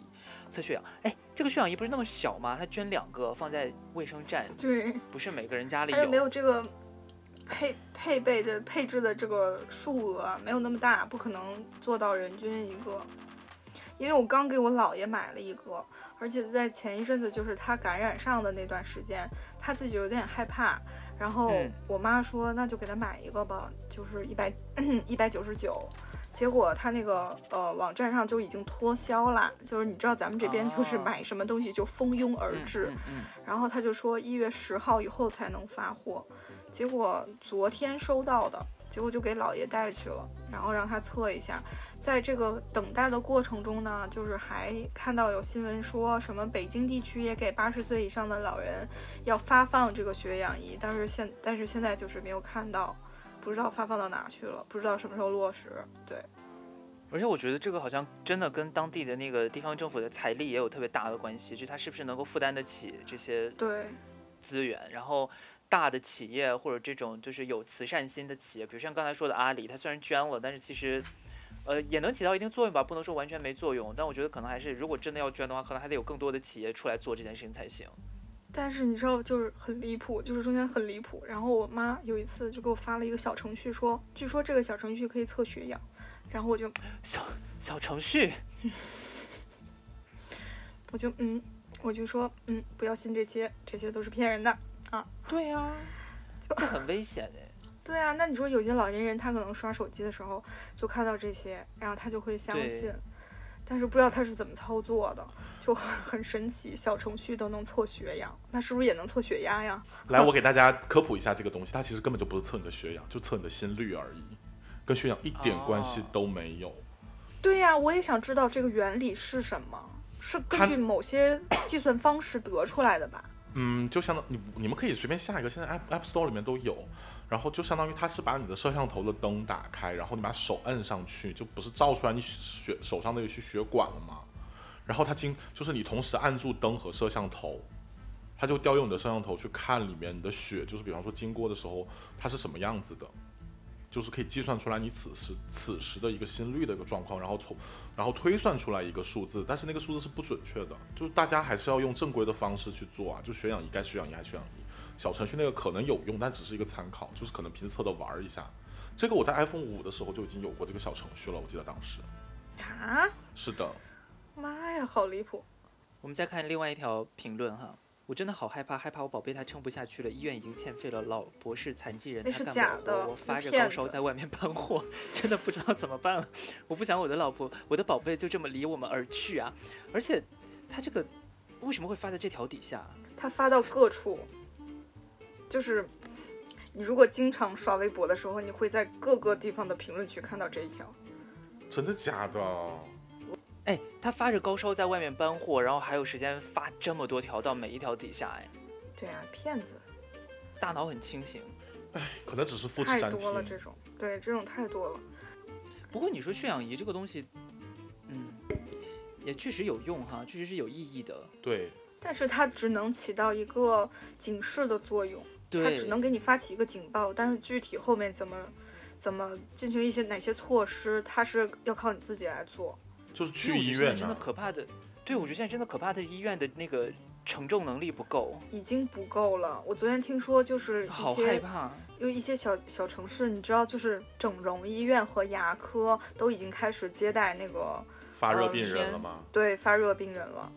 测血氧。哎，这个血氧仪不是那么小吗？他捐两个放在卫生站，
对，
不是每个人家里
而且
有。
没有这个配配备的配置的这个数额啊没有那么大，不可能做到人均一个。因为我刚给我姥爷买了一个，而且在前一阵子就是他感染上的那段时间，他自己有点害怕，然后
嗯
我妈说那就给他买一个吧，就是一百 (clears throat) 一百九十九。结果他那个呃网站上就已经脱销啦，就是你知道咱们这边就是
哦
买什么东西就蜂拥而
嗯
至，
嗯嗯
然后他就说一月十号以后才能发货，结果昨天收到的，结果就给姥爷带去了，然后让他测一下。在这个等待的过程中呢，就是还看到有新闻说什么北京地区也给八十岁以上的老人要发放这个血氧仪，但是现但是现在就是没有看到。不知道发放到哪儿去了，不知道什么时候落实。对，
而且我觉得这个好像真的跟当地的那个地方政府的财力也有特别大的关系，就它是不是能够负担得起这些
对，
资源，然后大的企业或者这种就是有慈善心的企业，比如像刚才说的阿里，它虽然捐了，但是其实，呃，也能起到一定作用吧，不能说完全没作用。但我觉得可能还是，如果真的要捐的话，可能还得有更多的企业出来做这件事情才行。
但是你知道，就是很离谱，就是中间很离谱。然后我妈有一次就给我发了一个小程序说，据说这个小程序可以测血氧，然后我就
小小程序，
我就嗯，我就说嗯，不要信这些，这些都是骗人的。
对呀、
就
这很危险哎。
对啊，那你说有些老年人他可能刷手机的时候就看到这些，然后他就会相
对
信，但是不知道他是怎么操作的，就很很神奇，小程序都能测血氧，那是不是也能测血压呀？
来，我给大家科普一下这个东西，它其实根本就不是测你的血氧，就测你的心率而已，跟血氧一点关系都没有。
对呀、我也想知道这个原理是什么，是根
它
据某些计算方式得出来的吧？
嗯，就相当你你们可以随便下一个，现在 App App Store 里面都有。然后就相当于它是把你的摄像头的灯打开，然后你把手摁上去，就不是照出来你血手上的有些血管了吗？然后它经就是你同时按住灯和摄像头，它就调用你的摄像头去看里面你的血，就是比方说经过的时候它是什么样子的，就是可以计算出来你此时此时的一个心率的一个状况，然后从然后推算出来一个数字，但是那个数字是不准确的，就是大家还是要用正规的方式去做啊，就血氧仪该血氧仪还血氧仪，小程序那个可能有用，但只是一个参考，就是可能评测的玩儿一下。这个我在 iPhone 五的时候就已经有过这个小程序了，我记得当时
啊，
是的，
妈呀，好离谱！
我们再看另外一条评论哈。我真的好害怕，害怕我宝贝他撑不下去了，医院已经欠费了。老博士残疾人，
那
他
是
干
假
不了
的
活，我发着
是骗
高烧
子
在外面搬货，真的不知道怎么办了。我不想我的老婆，我的宝贝就这么离我们而去啊！而且他这个为什么会发在这条底下？啊
他发到各处，就是你如果经常刷微博的时候，你会在各个地方的评论区看到这一条。
真的假的？
哎，他发着高烧在外面搬货，然后还有时间发这么多条到每一条底下，哎，
对啊，骗子
大脑很清醒。
可能只是复制
太
粘
多了，这
贴。
种对这种太多了。
不过你说血氧仪这个东西，嗯，也确实有用哈，确实是有意义的。
对，
但是它只能起到一个警示的作用，它
对，
只能给你发起一个警报，但是具体后面怎么怎么进行一些哪些措施，它是要靠你自己来做。
就是
因
去
为我
医
觉得现在
院啊
真
呢、
的可怕的，对我觉得现在真的可怕的医院的那个承重能力不够，
已经不够了。我昨天听说，就是一
好害
些
怕。
有一些小小城市，你知道，就是整容医院和牙科都已经开始接待那个
发热
呃
病人
天
了吗？
对发热病人了。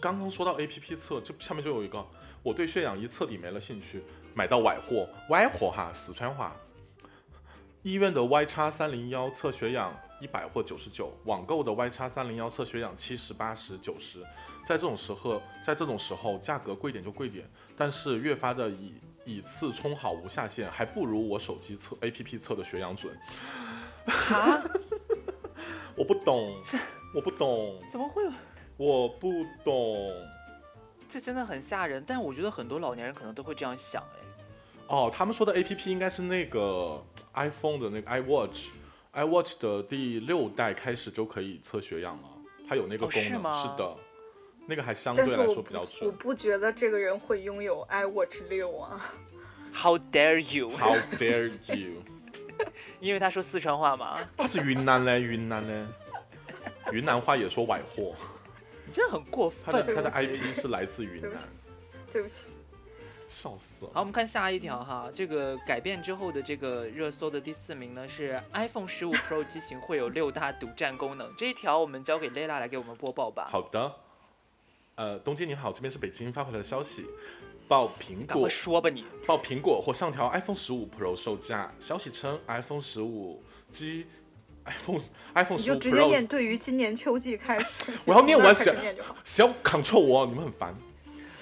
刚刚说到 A P P 测，这下面就有一个，我对血氧仪彻底没了兴趣，买到歪货，歪货哈，四川话。医院的 Y 叉三零幺测血氧一百或九十九，网购的 Y 叉三零幺测血氧七十、八十、九十。在这种时候，在这种时候，价格贵点就贵点，但是越发的以以次充好无下限，还不如我手机测 A P P 测的血氧准。
啊？
(laughs) 我不懂，我不懂，
怎么会有？
我不懂。
这真的很吓人。但我觉得很多老年人可能都会这样想，哎，
哦，他们说的 A P P 应该是那个 iPhone 的那个 iWatch。iWatch 的第六代开始就可以测血氧了，它有那个
哦
功
是
能，
吗
的，那个还相对
但是
来
我
说比较
不我
准。
不觉得这个人会拥有 iWatch 六啊。
How dare you？
How dare you！
(laughs) 因为他说四川话嘛，
他是云南嘞，云南嘞，云南话也说崴
(laughs)
货，
你真的很过
他
分
的。他的
对不起
IP 是来自云
对不
南
起，对不起，
笑死
好，
了。
我们看下一条哈，这个改变之后的这个热搜的第四名呢是 iPhone 十五 Pro 机型会有六大独占功能。这一条我们交给 Lela 来给我们播报吧。
好的，呃，东京你好，这边是北京发回来的消息，报苹
赶
果
快说吧你。
报苹果或上调 iPhone 十五 Pro 售价。消息称，iPhone 十五机 iPhone iPhone
你
十
就
五
直接念
Pro
对于今年秋季开
(laughs)，
始
我要念完
从
写
那儿开始念 (laughs) 就好。
小 Ctrl 我，你们很烦。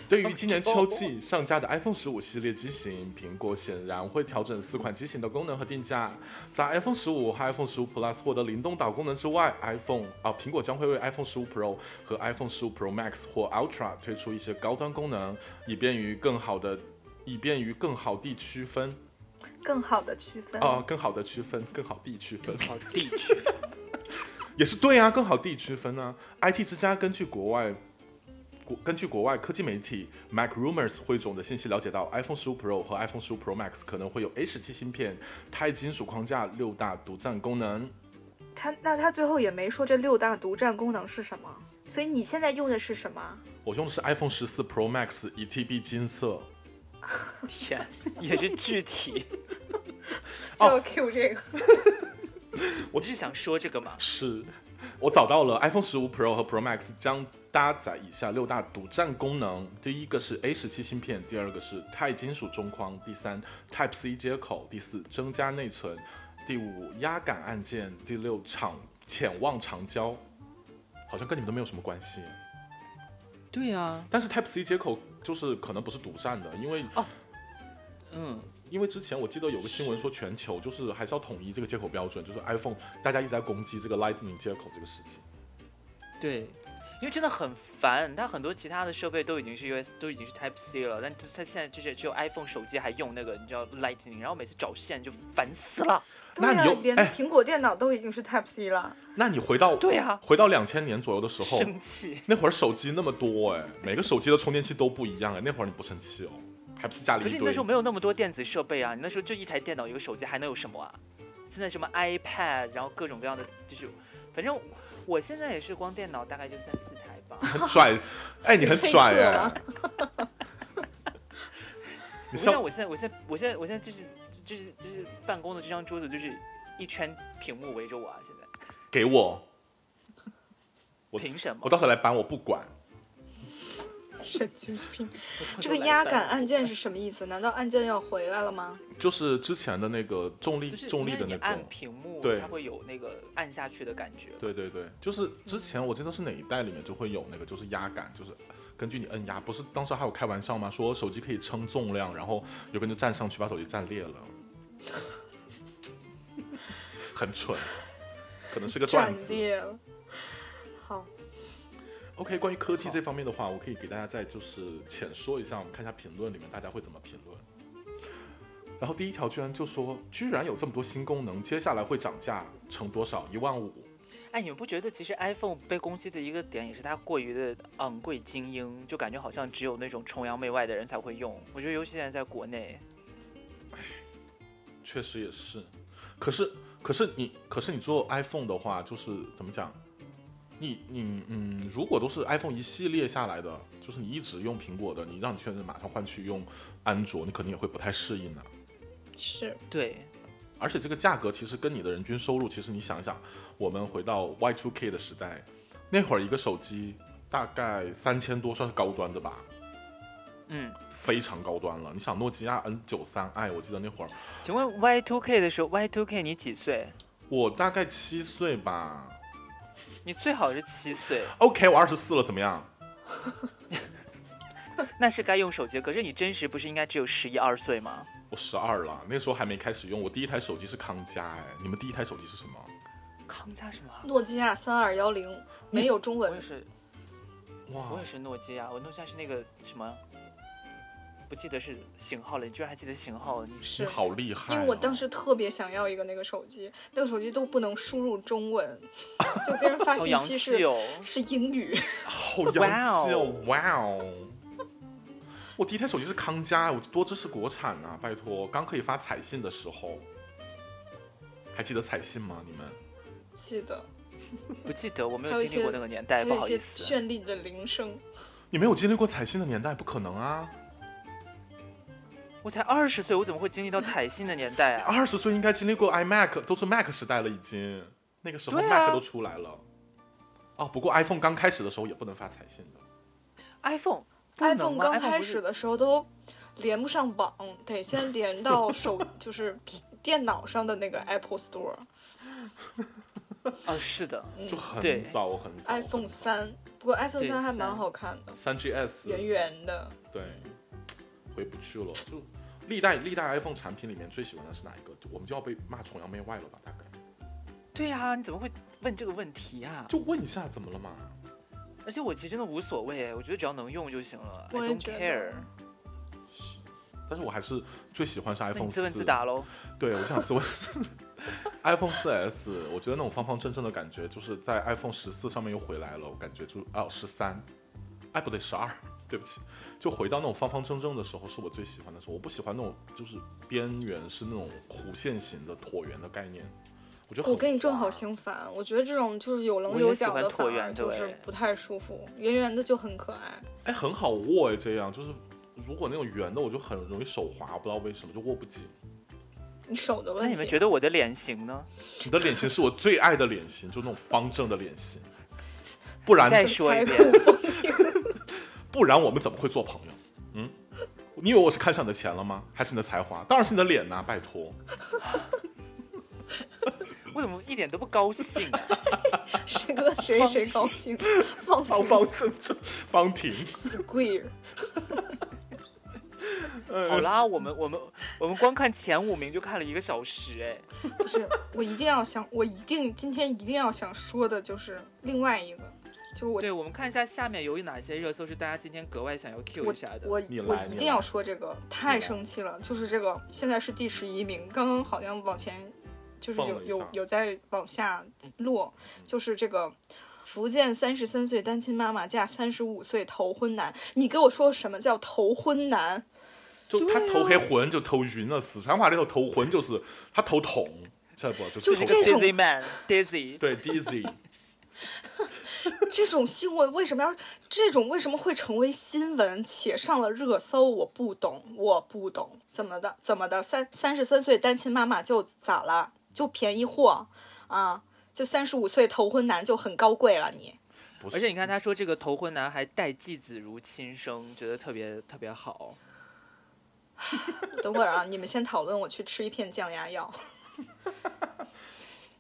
对
哦
于今年秋季上架的 iPhone 十五系列机型，苹果显然会调整四款机型的功能和定价。在 iPhone 十五和 iPhone 十五 Plus 获得灵动岛功能之外，iPhone 啊，苹果将会为 iPhone 十五 Pro 和 iPhone 十五 Pro Max 或 Ultra 推出一些高端功能，以便于更好的，以便于更好地区分
更好的区分。
哦，更好的区分，更好地区分，
好地区，
也是对啊，更好地区分啊。IT 之家根据国外。国根据国外科技媒体 Mac Rumors 汇总的信息了解到，iPhone 15 Pro 和 iPhone 15 Pro Max 可能会有 A 1 7芯片、钛金属框架六大独占功能。
他那他最后也没说这六大独占功能是什么，所以你现在用的是什么？
我用的是 iPhone 14 Pro Max 一 TB 金色。
天，也是具体。
就
哦
要 Q 这个。
我就是想说这个嘛，
是，我找到了 iPhone 15 Pro 和 Pro Max 将搭载以下六大独占功能：第一个是 A 1 7芯片，第二个是钛金属中框，第三 Type C 接口，第四增加内存，第五压感按键，第六场潜望长焦。好像跟你们都没有什么关系。
对啊，
但是 Type C 接口就是可能不是独占的，因为
嗯，
因为之前我记得有个新闻说全球就是还是要统一这个接口标准，就是 iPhone 大家一直在攻击这个 Lightning 接口这个事情。
对，因为真的很烦，它很多其他的设备都已经是 US 都已经是 Type C 了，但它它现在就是只有 iPhone 手机还用那个你知道 Lightning，然后每次找线就烦死了。
那
对
你
啊
又，
连
哎
苹果电脑都已经是 Type C 了。
那你回到
对啊，
回到两千年左右的时候，
生气。
那会儿手机那么多哎，每个手机的充电器都不一样哎，那会儿你不生气哦，还不是家里
可是你
一
那
堆
时候没有那么多电子设备啊，你那时候就一台电脑一个手机，还能有什么啊？现在什么 iPad，然后各种各样的，就是反正我现在也是光电脑大概就三四台吧。
很
(laughs)
拽，哎，你很拽
黑客啊
哎，
啊
你 (laughs)
我像
像
我现在，我现在，我现在，我现在就是就是就是办公的这张桌子就是一圈屏幕围着我啊！现在
给我，我
凭什么？
我到时候来搬，我不管。
(laughs) 神经病！
我
这
就
个
来
压
搬
感按键是什么意思？难道按键要回来了吗？
就是之前的那个重力
就是
重力
因为
的
你
那个
按，屏幕，
对
它会有那个按下去的感觉。
对对对，就是之前我记得是哪一代里面就会有那个，就是压感，就是根据你摁压，不是当时还有开玩笑吗？说手机可以称重量，然后有个人就站上去把手机站裂了，很蠢，可能是个
站
段子。
裂了。好，
OK，关于科技这方面的话，我可以给大家再就是浅说一下，我们看一下评论里面大家会怎么评论。然后第一条居然就说，居然有这么多新功能，接下来会涨价成多少？一万五。
哎，你们不觉得其实 iPhone 被攻击的一个点也是它过于的昂贵精英，就感觉好像只有那种崇洋媚外的人才会用。我觉得尤其现在在国内，
确实也是，可是可是你可是你做 iPhone 的话，就是怎么讲？你你嗯，如果都是 iPhone 一系列下来的，就是你一直用苹果的，你让你现在马上换去用安卓，你肯定也会不太适应啊。
是
对，
而且这个价格其实跟你的人均收入，其实你想一想，我们回到 Y2K 的时代，那会儿一个手机大概三千多，算是高端的吧，
嗯，
非常高端了。你想诺基亚 N 9 3 i，我记得那会儿
请问 Y2K 的时候，Y2K 你几岁？
我大概七岁吧。
你最好是七岁，
OK，我二十四了，怎么样？
那是该用手机。可是你真实不是应该只有十一二岁吗？
我十二了，那时候还没开始用。我第一台手机是康佳，哎，你们第一台手机是什么？
康佳什么啊？
诺基亚三二幺零没有中
我
文
也，是，我
哇
也，是诺基亚，我诺基亚是那个什么，不记得是型号了。你居然还记得型号？你
是
你好厉害、
因
哦！
为我当时特别想要一个那个手机，那个手机都不能输入中文，就别人发
好
信
洋
息
气
是、
哦！
是英语。
好洋气哦，哇哦！我第一台手机是康佳，我多支持国产啊，拜托！刚可以发彩信的时候，还记得彩信吗？你们？
记得，
不记得，我没有
还有一
经历过
些
那个年代，
还
不
有
好
一些
意思。
绚丽的铃声。
你没有经历过彩信的年代，不可能啊！
我才二十岁，我怎么会经历
(laughs)
到彩信的年代啊？
二十岁应该经历过 iMac，都是 Mac 时代了，已经。那个时候
对啊
Mac 都出来了。哦，不过 iPhone 刚开始的时候也不能发彩信的。
iPhone 不能
iPhone
吗
刚开
不
始
是
的时候都连不上网，得先连到手， (laughs) 就是电脑上的那个 Apple Store。
啊，是的，
就
对
很早很早。
iPhone 三，不过 iPhone
对
三还蛮
三
好看的，
三 GS
圆圆的。
对，回不去了。就历代历代 iPhone 产品里面最喜欢的是哪一个？我们就要被骂崇洋媚外了吧？大概
对啊，你怎么会问这个问题啊？
就问一下怎么了嘛？
而且我其实真的无所谓，我觉得只要能用就行了。I
我也
don't
觉得
care。
但是我还是最喜欢是
那你
iPhone
自问自
四。
答喽。
对，我想自问 (laughs) iPhone 四 S，我觉得那种方方正正的感觉，就是在 iPhone 十四上面又回来了。我感觉就哦十三，哎不对十二，对不起，就回到那种方方正正的时候，是我最喜欢的时候。我不喜欢那种就是边缘是那种弧线型的椭圆的概念，我觉得
我
很
跟你正好
滑
相反，我觉得这种就是有棱
我
有
也喜
角
欢
的，
椭
反而
圆
就是
对
不太舒服，圆圆的就很可爱。
哎，很好握哎，这样就是如果那种圆的，我就很容易手滑，不知道为什么就握不紧。
你手的问
那
题，
你们觉得我的脸型呢？
你的脸型是我最爱的脸型，就那种方正的脸型，不然
再说一
财
遍， (laughs)
不然我们怎么会做朋友？嗯，你以为我是看上你的钱了吗？还是你的才华？当然是你的脸呐、拜托。
我怎么一点都不高兴
(laughs)
啊？(laughs)
谁跟谁谁高兴？放
方方正正，方婷。
贵人，
好啦，我们我们我们光看前五名就看了一个小时，哎，
不是我一定要想，我一定今天一定要想说的就是另外一个，就是我
对，我们看一下下面有哪些热搜是大家今天格外想要 Q
我
一下的。
我
你
我
来
一
你
定要
来
说这个，太
来
生气了！就是这个，现在是第十一名，刚刚好像往前，就是
蹦
有
了一
有
下
有在往下落，就是这个。福建三十三岁单亲妈妈嫁三十五岁头婚男，你给我说什么叫头婚男？
就
啊
他头黑魂就头晕了，四川话里头头魂就是他头痛，知道不？啊就是
就是
头
这种
Dizzy Man Dizzy，
(laughs)
对 dizzy，
这种新闻为什么要这种为什么会成为新闻且上了热搜？我不懂，我不懂，怎么的怎么的？三三十三岁单亲妈妈就咋了？就便宜货啊？就三十五岁头婚男就很高贵了你？
不是
而且你看他说这个头婚男还待继子如亲生，觉得特别特别好。
等会儿啊，你们先讨论，我去吃一片降压药，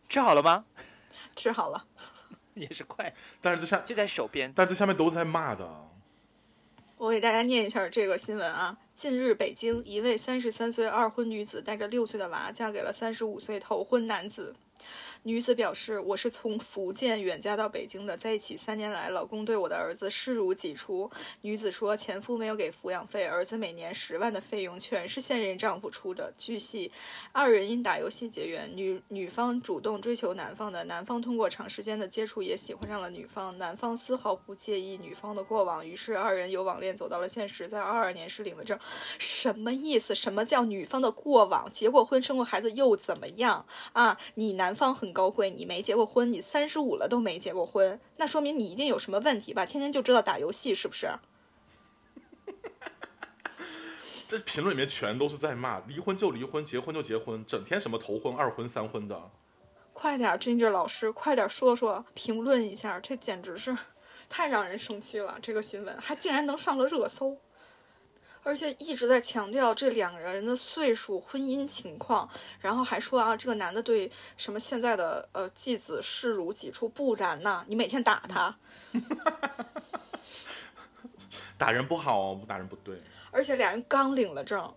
吃好了吗？ (laughs)
吃好了。
也是快，
但是这下，
就在手边。
但是这下面都是在骂的。啊
我给大家念一下这个新闻啊。近日，北京一位三十三岁二婚女子带着六岁的娃嫁给了三十五岁头婚男子。女子表示：“我是从福建远嫁到北京的，在一起三年来，老公对我的儿子视如己出。”女子说，前夫没有给抚养费，儿子每年十万的费用全是现任丈夫出的。据悉，二人因打游戏结缘，女女方主动追求男方的，男方通过长时间的接触也喜欢上了女方，男方丝毫不介意女方的过往，于是二人由网恋走到了现实，在二二年是领了证。什么意思？什么叫女方的过往？结过婚、生过孩子又怎么样啊？你男方很高贵，你没结过婚，你三十五了都没结过婚，那说明你一定有什么问题吧？天天就知道打游戏，是不是？
这评论里面全都是在骂，离婚就离婚，结婚就结婚，整天什么头婚、二婚、三婚的。啊
快点儿，Ginger 老师，快点儿说说，评论一下，这简直是太让人生气了！这个新闻还竟然能上了热搜，而且一直在强调这两个人的岁数、婚姻情况，然后还说啊，这个男的对什么现在的呃继子视如己出，不然呐，你每天打他，
打人不好哦，不打人不对。
而且俩人刚领了证，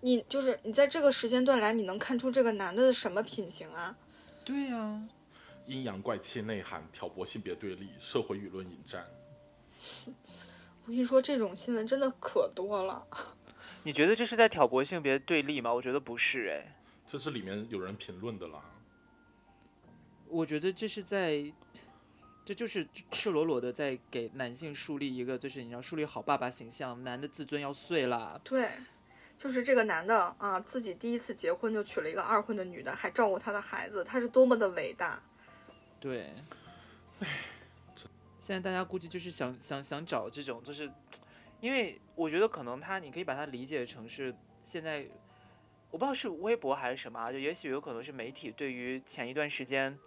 你就是你在这个时间段来，你能看出这个男的的什么品行啊？
对呀、
阴阳怪气内涵，挑拨性别对立，社会舆论引战。
我跟你说，这种新闻真的可多了。
你觉得这是在挑拨性别对立吗？我觉得不是，哎，
这是里面有人评论的啦。
我觉得这是在，这就是赤裸裸的在给男性树立一个，就是你要树立好爸爸形象，男的自尊要碎啦。
对，就是这个男的啊，自己第一次结婚就娶了一个二婚的女的，还照顾他的孩子，他是多么的伟大！
对，现在大家估计就是想想想找这种，就是因为我觉得可能他，你可以把它理解成是现在，我不知道是微博还是什么啊，就也许有可能是媒体对于前一段时间。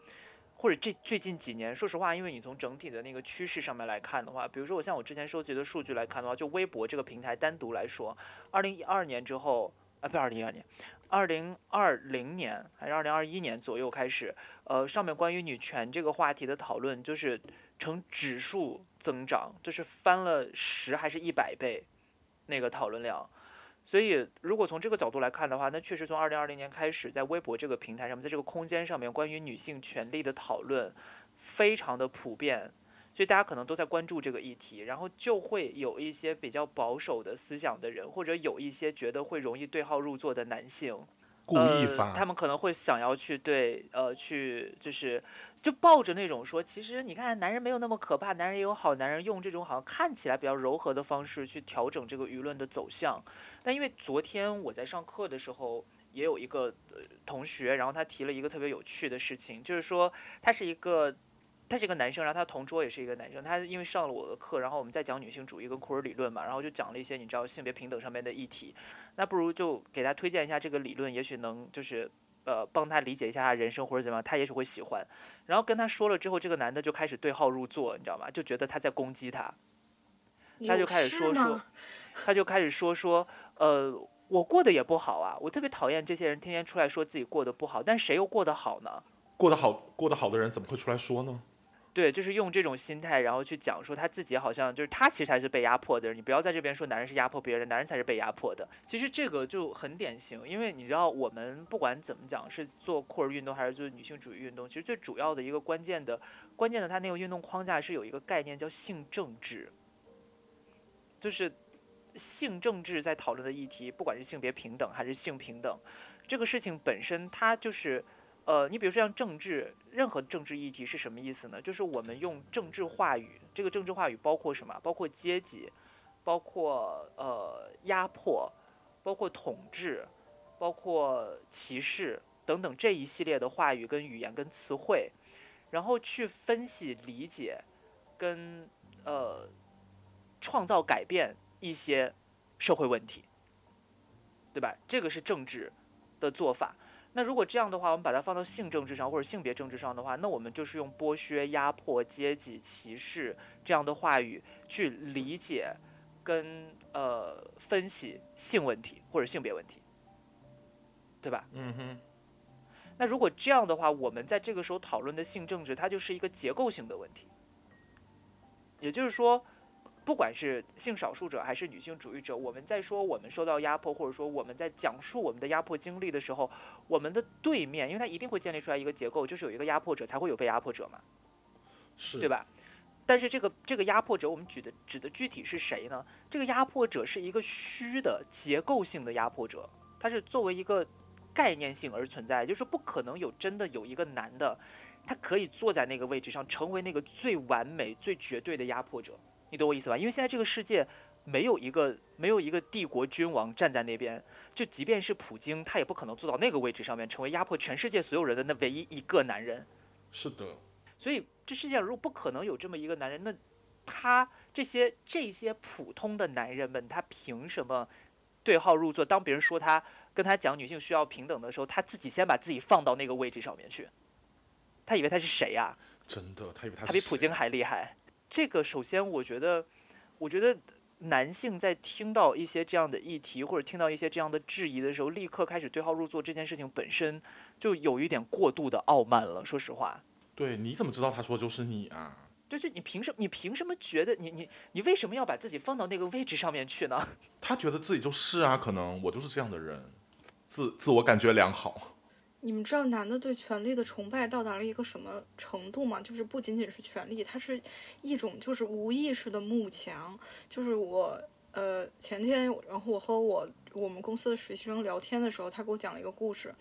或者这最近几年，说实话，因为你从整体的那个趋势上面来看的话，比如说我像我之前收集的数据来看的话，就微博这个平台单独来说，二零一二年之后，啊，不是二零一二年，二零二零年还是二零二一年左右开始，呃，上面关于女权这个话题的讨论就是呈指数增长，就是翻了十还是一百倍那个讨论量。所以，如果从这个角度来看的话，那确实从二零二零年开始，在微博这个平台上面，在这个空间上面，关于女性权利的讨论非常的普遍，所以大家可能都在关注这个议题，然后就会有一些比较保守的思想的人，或者有一些觉得会容易对号入座的男性，
故意发，
呃，他们可能会想要去对呃去就是就抱着那种说，其实你看男人没有那么可怕，男人也有好男人，用这种好像看起来比较柔和的方式去调整这个舆论的走向。但因为昨天我在上课的时候。也有一个呃同学，然后他提了一个特别有趣的事情，就是说他是一个他是一个男生，然后他同桌也是一个男生，他因为上了我的课，然后我们在讲女性主义跟库尔理论嘛，然后就讲了一些你知道性别平等上面的议题，那不如就给他推荐一下这个理论，也许能就是呃帮他理解一下他人生或者怎么样，他也许会喜欢。然后跟他说了之后，这个男的就开始对号入座，你知道吗？就觉得他在攻击他，他就开始说说，他就开始说说，呃，我过得也不好啊，我特别讨厌这些人天天出来说自己过得不好，但谁又过得好呢？
过得好过得好的人怎么会出来说呢？
对，就是用这种心态，然后去讲说他自己好像就是他其实才是被压迫的人，你不要在这边说男人是压迫别人，男人才是被压迫的。其实这个就很典型，因为你知道我们不管怎么讲，是做酷儿运动还是做女性主义运动，其实最主要的一个关键的关键的它那个运动框架是有一个概念叫性政治，就是性政治在讨论的议题，不管是性别平等还是性平等，这个事情本身它就是。呃，你比如说像政治，任何政治议题是什么意思呢？就是我们用政治话语，这个政治话语包括什么？包括阶级，包括呃压迫，包括统治，包括歧视等等这一系列的话语跟语言跟词汇，然后去分析理解跟呃创造改变一些社会问题，对吧？这个是政治的做法。那如果这样的话，我们把它放到性政治上或者性别政治上的话，那我们就是用剥削、压迫、阶级、歧视这样的话语去理解跟呃分析性问题或者性别问题，对吧？
嗯哼，
那如果这样的话，我们在这个时候讨论的性政治，它就是一个结构性的问题。也就是说，不管是性少数者还是女性主义者，我们在说我们受到压迫，或者说我们在讲述我们的压迫经历的时候，我们的对面，因为它一定会建立出来一个结构，就是有一个压迫者才会有被压迫者嘛。
是
对？吧？但是这个这个压迫者，我们举的指的具体是谁呢？这个压迫者是一个虚的结构性的压迫者，它是作为一个概念性而存在，就是不可能有真的有一个男的，他可以坐在那个位置上，成为那个最完美、最绝对的压迫者。你懂我意思吧？因为现在这个世界没有一个没有一个帝国君王站在那边，就即便是普京，他也不可能坐到那个位置上面，成为压迫全世界所有人的那唯一一个男人。
是的，
所以这世界上如果不可能有这么一个男人，那他这些这些普通的男人们，他凭什么对号入座？当别人说他跟他讲女性需要平等的时候，他自己先把自己放到那个位置上面去，他以为他是谁呀、
真的，他以为他
他比
是
普京
谁
还厉害。这个首先，我觉得，我觉得男性在听到一些这样的议题或者听到一些这样的质疑的时候，立刻开始对号入座这件事情本身就有一点过度的傲慢了。说实话，
对，你怎么知道他说就是你啊？
对，就你凭什么？你凭什么觉得你你你为什么要把自己放到那个位置上面去呢？ (laughs)
他觉得自己就是啊，可能我就是这样的人，自自我感觉良好。
你们知道男的对权力的崇拜到达了一个什么程度吗？就是不仅仅是权力，它是一种就是无意识的慕强。就是我呃前天，然后我和我我们公司的实习生聊天的时候，他给我讲了一个故事。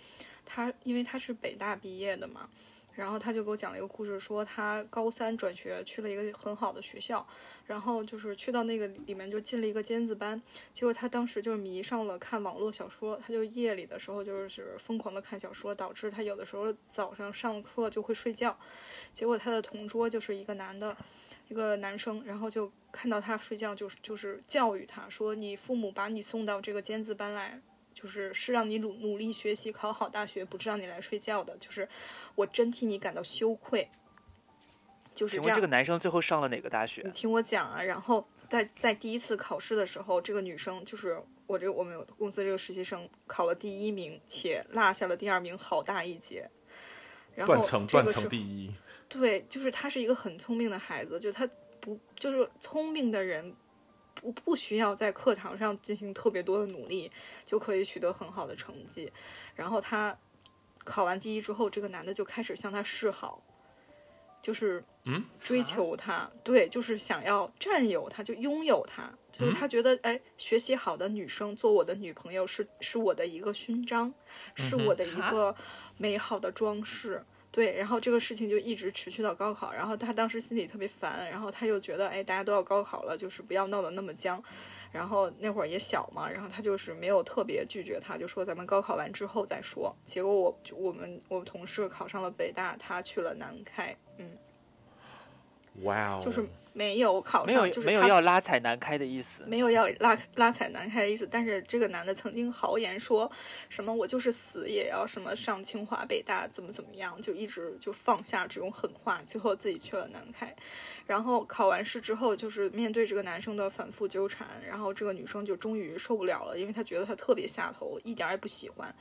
他因为他是北大毕业的嘛，然后他就给我讲了一个故事，说他高三转学去了一个很好的学校，然后就是去到那个里面就进了一个尖子班，结果他当时就是迷上了看网络小说，他就夜里的时候就是疯狂的看小说，导致他有的时候早上上课就会睡觉。结果他的同桌就是一个男的，一个男生，然后就看到他睡觉，就是就是教育他说：“你父母把你送到这个尖子班来，就是是让你努努力学习，考好大学，不是让你来睡觉的。就是我真替你感到羞愧。”就是
请
这
问
样
这个男生最后上了哪个大
你
学？
听我讲啊，然后在在第一次考试的时候，这个女生就是我这个我们公司这个实习生考了第一名，且落下了第二名好大一截。然后
断层
这
断
个时
层
候
第一，
对，就是他是一个很聪明的孩子，就他不就是聪明的人不不需要在课堂上进行特别多的努力就可以取得很好的成绩。然后他考完第一之后，这个男的就开始向他示好，就是
嗯
追求它，对，就是想要占有它，就拥有它，就是
嗯
他觉得哎，学习好的女生做我的女朋友是是我的一个勋章，是
嗯哼
我的一
啊
个美好的装饰。对，然后这个事情就一直持续到高考，然后他当时心里特别烦，然后他又觉得，哎，大家都要高考了，就是不要闹得那么僵，然后那会儿也小嘛，然后他就是没有特别拒绝他，就说咱们高考完之后再说。结果我就我们我同事考上了北大，他去了南开，嗯，
哇哦，
就是没有考上，
没有
就是
没有
他
要拉踩南开的意思。
没有要拉拉踩南开的意思，但是这个男的曾经豪言说什么我就是死也要什么上清华北大怎么怎么样，就一直就放下这种狠话，最后自己去了南开。然后考完试之后，就是面对这个男生的反复纠缠，然后这个女生就终于受不了了，因为她觉得他特别下头，一点儿也不喜欢，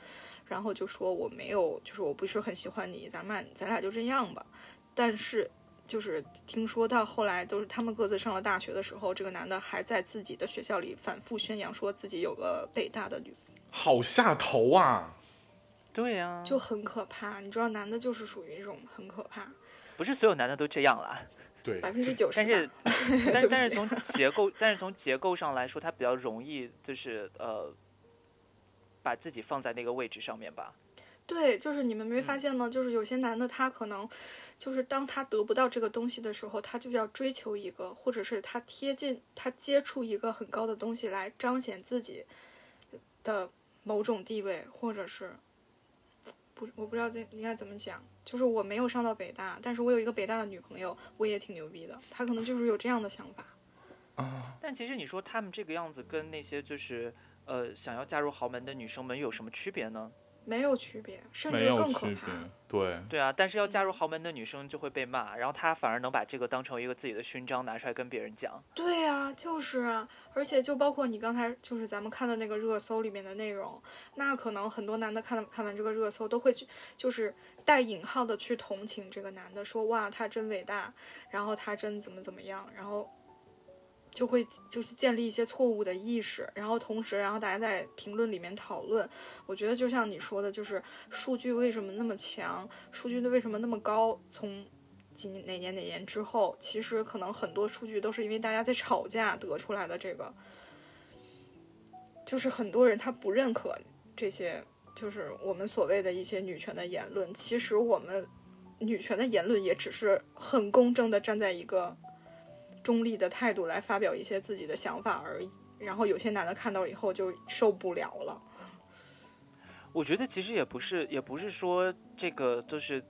然后就说我没有，就是我不是很喜欢你，咱们咱俩就这样吧。但是就是听说到后来都是他们各自上了大学的时候，这个男的还在自己的学校里反复宣扬说自己有个北大的女，
好下头啊！
对呀、
就很可怕。你知道，男的就是属于一种很可怕，
不是所有男的都这样啦。
对，
百分之九十。
但是，但
(laughs) 对不
但是
起
从结构，但是从结构上来说，它比较容易就是呃，把自己放在那个位置上面吧。
对，就是你们没
嗯
发现吗？就是有些男的他可能，就是当他得不到这个东西的时候，他就要追求一个，或者是他贴近他接触一个很高的东西来彰显自己的某种地位，或者是不，我不知道这应该怎么讲。就是我没有上到北大，但是我有一个北大的女朋友，我也挺牛逼的。他可能就是有这样的想法。
啊
但其实你说他们这个样子跟那些就是呃想要嫁入豪门的女生们有什么区别呢？
没有区别，甚
没
至
有
更可
区别
怕。，
对，
对啊，但是要嫁入豪门的女生就会被骂，然后她反而能把这个当成一个自己的勋章拿出来跟别人讲。
对啊，就是啊，而且就包括你刚才就是咱们看的那个热搜里面的内容，那可能很多男的看看完这个热搜都会去，就是带引号的去同情这个男的，说哇他真伟大，然后他真怎么怎么样，然后就会就是建立一些错误的意识，然后同时然后大家在评论里面讨论，我觉得就像你说的，就是数据为什么那么强，数据为什么那么高，从几年哪年哪年之后，其实可能很多数据都是因为大家在吵架得出来的。这个就是很多人他不认可这些，就是我们所谓的一些女权的言论。其实我们女权的言论也只是很公正的站在一个中立的态度来发表一些自己的想法而已。然后有些男的看到以后就受不了了，
我觉得其实也不是，也不是说这个就是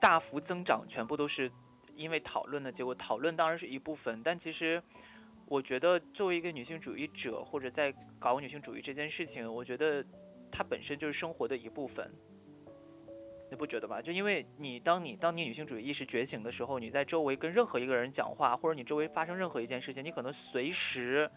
大幅增长，全部都是因为讨论的结果。讨论当然是一部分，但其实我觉得作为一个女性主义者，或者在搞女性主义这件事情，我觉得它本身就是生活的一部分。你不觉得吗？就因为你，当你当你女性主义意识觉醒的时候，你在周围跟任何一个人讲话，或者你周围发生任何一件事情，你可能随时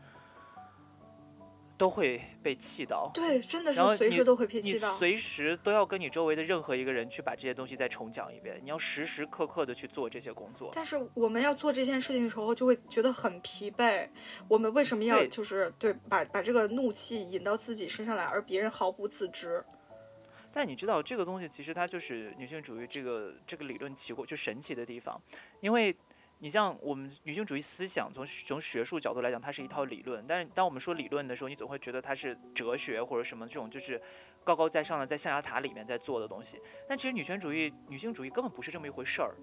都会被气到。
对，真的
然后
是随
你
时都会被
你
气到。
随时都要跟你周围的任何一个人去把这些东西再重讲一遍，你要时时刻刻的去做这些工作。
但是我们要做这件事情的时候，就会觉得很疲惫。我们为什么要
对
就是对把把这个怒气引到自己身上来，而别人毫不自知？
但你知道这个东西其实它就是女性主义这个这个理论奇过就神奇的地方，因为你像我们女性主义思想从从学术角度来讲，它是一套理论，但是当我们说理论的时候，你总会觉得它是哲学或者什么这种就是高高在上的在象牙塔里面在做的东西。但其实女权主义、女性主义根本不是这么一回事儿，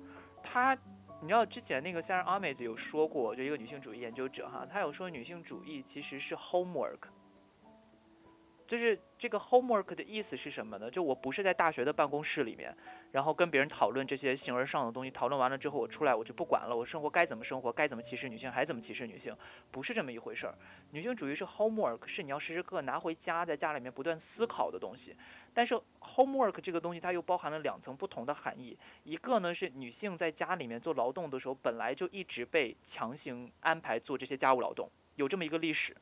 它。你知道之前那个像是阿美子有说过，就一个女性主义研究者哈，她有说女性主义其实是 homework，就是这个 homework 的意思是什么呢？就我不是在大学的办公室里面，然后跟别人讨论这些形而上的东西，讨论完了之后我出来我就不管了，我生活该怎么生活，该怎么歧视女性还怎么歧视女性，不是这么一回事儿。女性主义是 homework，是你要时时刻刻拿回家，在家里面不断思考的东西。但是 homework 这个东西它又包含了两层不同的含义，一个呢是女性在家里面做劳动的时候，本来就一直被强行安排做这些家务劳动，有这么一个历史，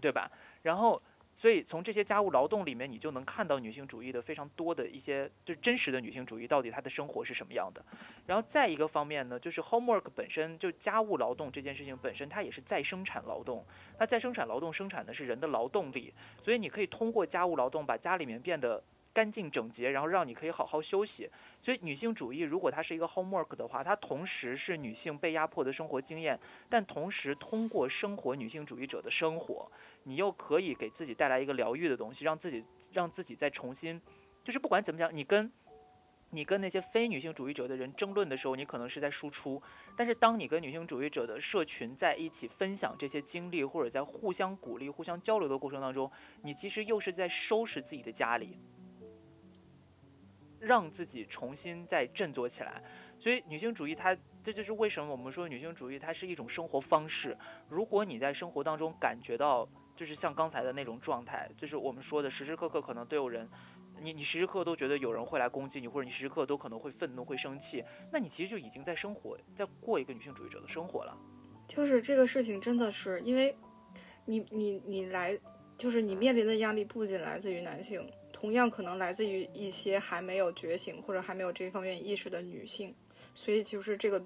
对吧？然后。所以从这些家务劳动里面，你就能看到女性主义的非常多的一些，就是真实的女性主义到底她的生活是什么样的。然后再一个方面呢，就是 homework 本身就家务劳动这件事情本身，它也是再生产劳动。那再生产劳动生产的是人的劳动力，所以你可以通过家务劳动把家里面变得干净整洁，然后让你可以好好休息。所以女性主义如果它是一个 homework 的话，它同时是女性被压迫的生活经验，但同时通过生活女性主义者的生活，你又可以给自己带来一个疗愈的东西，让自己让自己再重新，就是不管怎么讲，你跟。你跟那些非女性主义者的人争论的时候，你可能是在输出；但是当你跟女性主义者的社群在一起分享这些经历，或者在互相鼓励、互相交流的过程当中，你其实又是在收拾自己的家里，让自己重新再振作起来。所以，女性主义它这就是为什么我们说女性主义它是一种生活方式。如果你在生活当中感觉到，就是像刚才的那种状态，就是我们说的时时刻刻可能都有人你你时时刻刻都觉得有人会来攻击你，或者你时时刻刻都可能会愤怒、会生气，那你其实就已经在生活，在过一个女性主义者的生活了。
就是这个事情真的是因为你你你来，就是你面临的压力不仅来自于男性，同样可能来自于一些还没有觉醒或者还没有这方面意识的女性，所以就是这个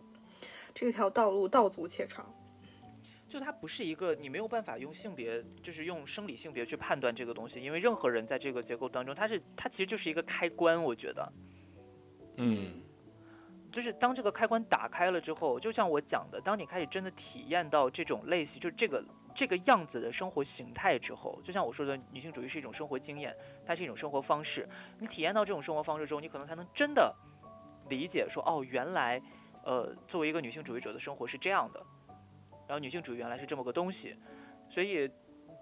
这条道路道阻且长。
就它不是一个你没有办法用性别，就是用生理性别去判断这个东西，因为任何人在这个结构当中，它是它其实就是一个开关，我觉得。
嗯，
就是当这个开关打开了之后，就像我讲的，当你开始真的体验到这种类型，就这个这个样子的生活形态之后，就像我说的，女性主义是一种生活经验，它是一种生活方式。你体验到这种生活方式之后，你可能才能真的理解说，哦，原来，呃，作为一个女性主义者的生活是这样的，然后女性主义原来是这么个东西，所以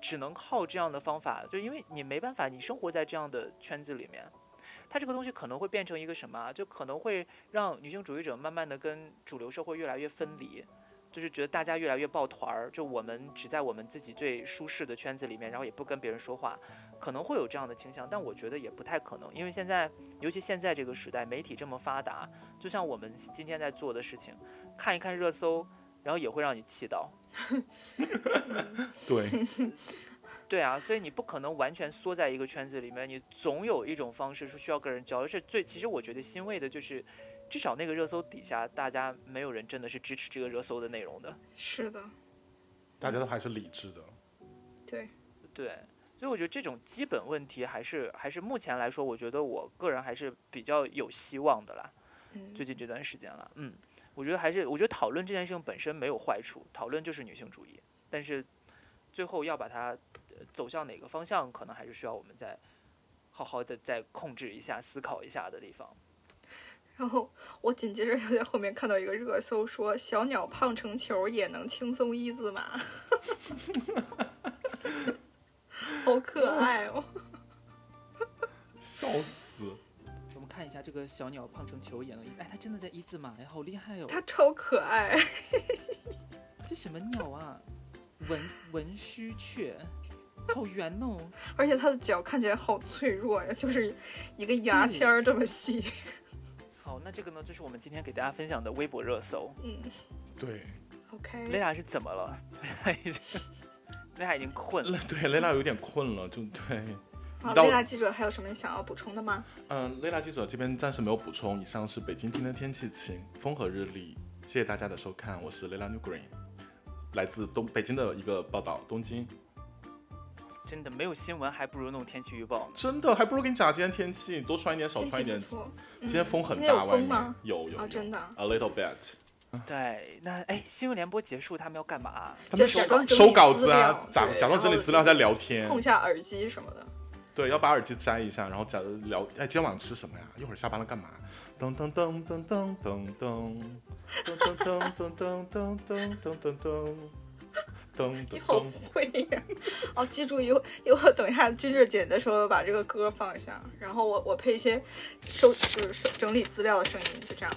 只能靠这样的方法，就因为你没办法，你生活在这样的圈子里面。它这个东西可能会变成一个什么啊？就可能会让女性主义者慢慢的跟主流社会越来越分离，就是觉得大家越来越抱团儿，就我们只在我们自己最舒适的圈子里面，然后也不跟别人说话，可能会有这样的倾向，但我觉得也不太可能，因为现在，尤其现在这个时代，媒体这么发达，就像我们今天在做的事情，看一看热搜，然后也会让你气到。
对， (laughs)
对啊，所以你不可能完全缩在一个圈子里面，你总有一种方式是需要跟人交流。这最其实我觉得欣慰的就是，至少那个热搜底下，大家没有人真的是支持这个热搜的内容的。
是的，
大家都还是理智的。
对，
对，所以我觉得这种基本问题还是还是目前来说，我觉得我个人还是比较有希望的啦。
嗯，
最近这段时间了，嗯，我觉得还是我觉得讨论这件事情本身没有坏处，讨论就是女性主义，但是最后要把它呃走向哪个方向，可能还是需要我们再好好的再控制一下、思考一下的地方。
然后我紧接着又在后面看到一个热搜说，小鸟胖成球也能轻松一字
(laughs)
马，好可爱哦。
笑死！
我们看一下这个小鸟胖成球也能一，哎，它真的在一字马，哎，好厉害哦！
它超可爱，
这什么鸟啊？文文须雀，好圆哦！
而且它的脚看起来好脆弱呀，就是一个牙签儿这么细。
(laughs) 好，那这个呢，就是我们今天给大家分享的微博热搜。
嗯
对， (laughs)
雷
，OK，
拉是怎么了？ (laughs) 雷拉已经，雷拉已经困了。
对，雷拉有点困了，就对。
好，
到
雷达记者还有什么想要补充的吗？
嗯，雷拉记者这边暂时没有补充。以上是北京今天天气晴，风和日丽。谢谢大家的收看，我是雷拉 New Green，来自东北京的一个报道，东京。
真的没有新闻，还不如弄天气预报。
真的，还不如跟你讲今天天气，多穿一点，少
天
穿
气
一点
不。错，嗯
今天风很
今天
大，
有
外
风
面
吗？
有有
哦，真
的
的啊，
，a little bit。
对，那哎，新闻联播结束，他们要干嘛？啊
他
就
们
假
收
装
稿
整
收
理
稿
资
子啊
料，
假
对
假装
然
整理
后
资料在聊天，
碰一下耳机什么的。
对，要把耳机摘一下，然后假如聊，哎，今天晚上吃什么呀？一会儿下班了干嘛？噔噔噔噔噔噔噔噔噔噔噔噔噔噔噔噔噔
你
噔
好
噔。
会呀！哦，记住以后，以后等一下君志姐的时候把这个歌放一下，然后我我配一些收就是收整理资料的声音，就这样。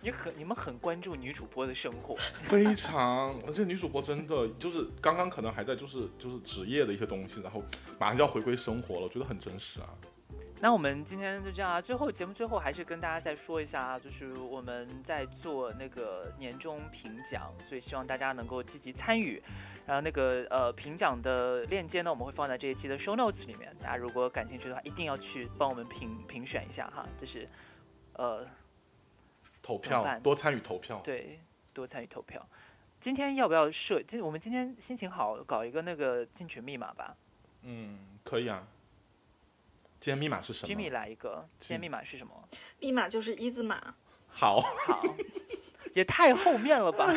你很你们很关注女主播的生活，
非常，而且女主播真的就是刚刚可能还在就是就是职业的一些东西，然后马上就要回归生活了，我觉得很真实啊。
那我们今天就这样啊。最后节目最后还是跟大家再说一下啊，就是我们在做那个年终评奖，所以希望大家能够积极参与。然后那个呃评奖的链接呢，我们会放在这一期的 show notes 里面，大家如果感兴趣的话，一定要去帮我们评评选一下哈。这是呃
投
怎么
票
办
多参与投票，
对，多参与投票。今天要不要设？今我们今天心情好，搞一个那个进群密码吧。
嗯，可以啊，今天密码是什么
Jimmy 来一个，今天密码是什么？
密码就是一字马，
好，
好，也太后面了吧！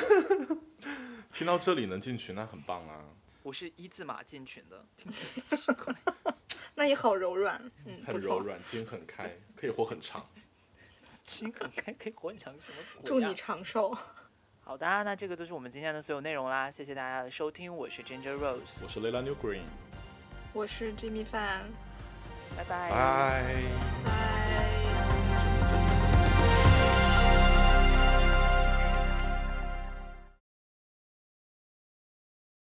听到这里能进群，那很棒啊！
我是一字马进群的，听起来很奇怪。
那也好柔软，嗯，
很
不错。
柔软，筋很开，可以活很长。
心很开，可以活成什么鬼、啊？
祝你长寿。
好的啊，那这个就是我们今天的所有内容啦，谢谢大家的收听，我是 Ginger Rose，
我是 Lela New Green，
我是 Jimmy Fan。
拜拜。
拜。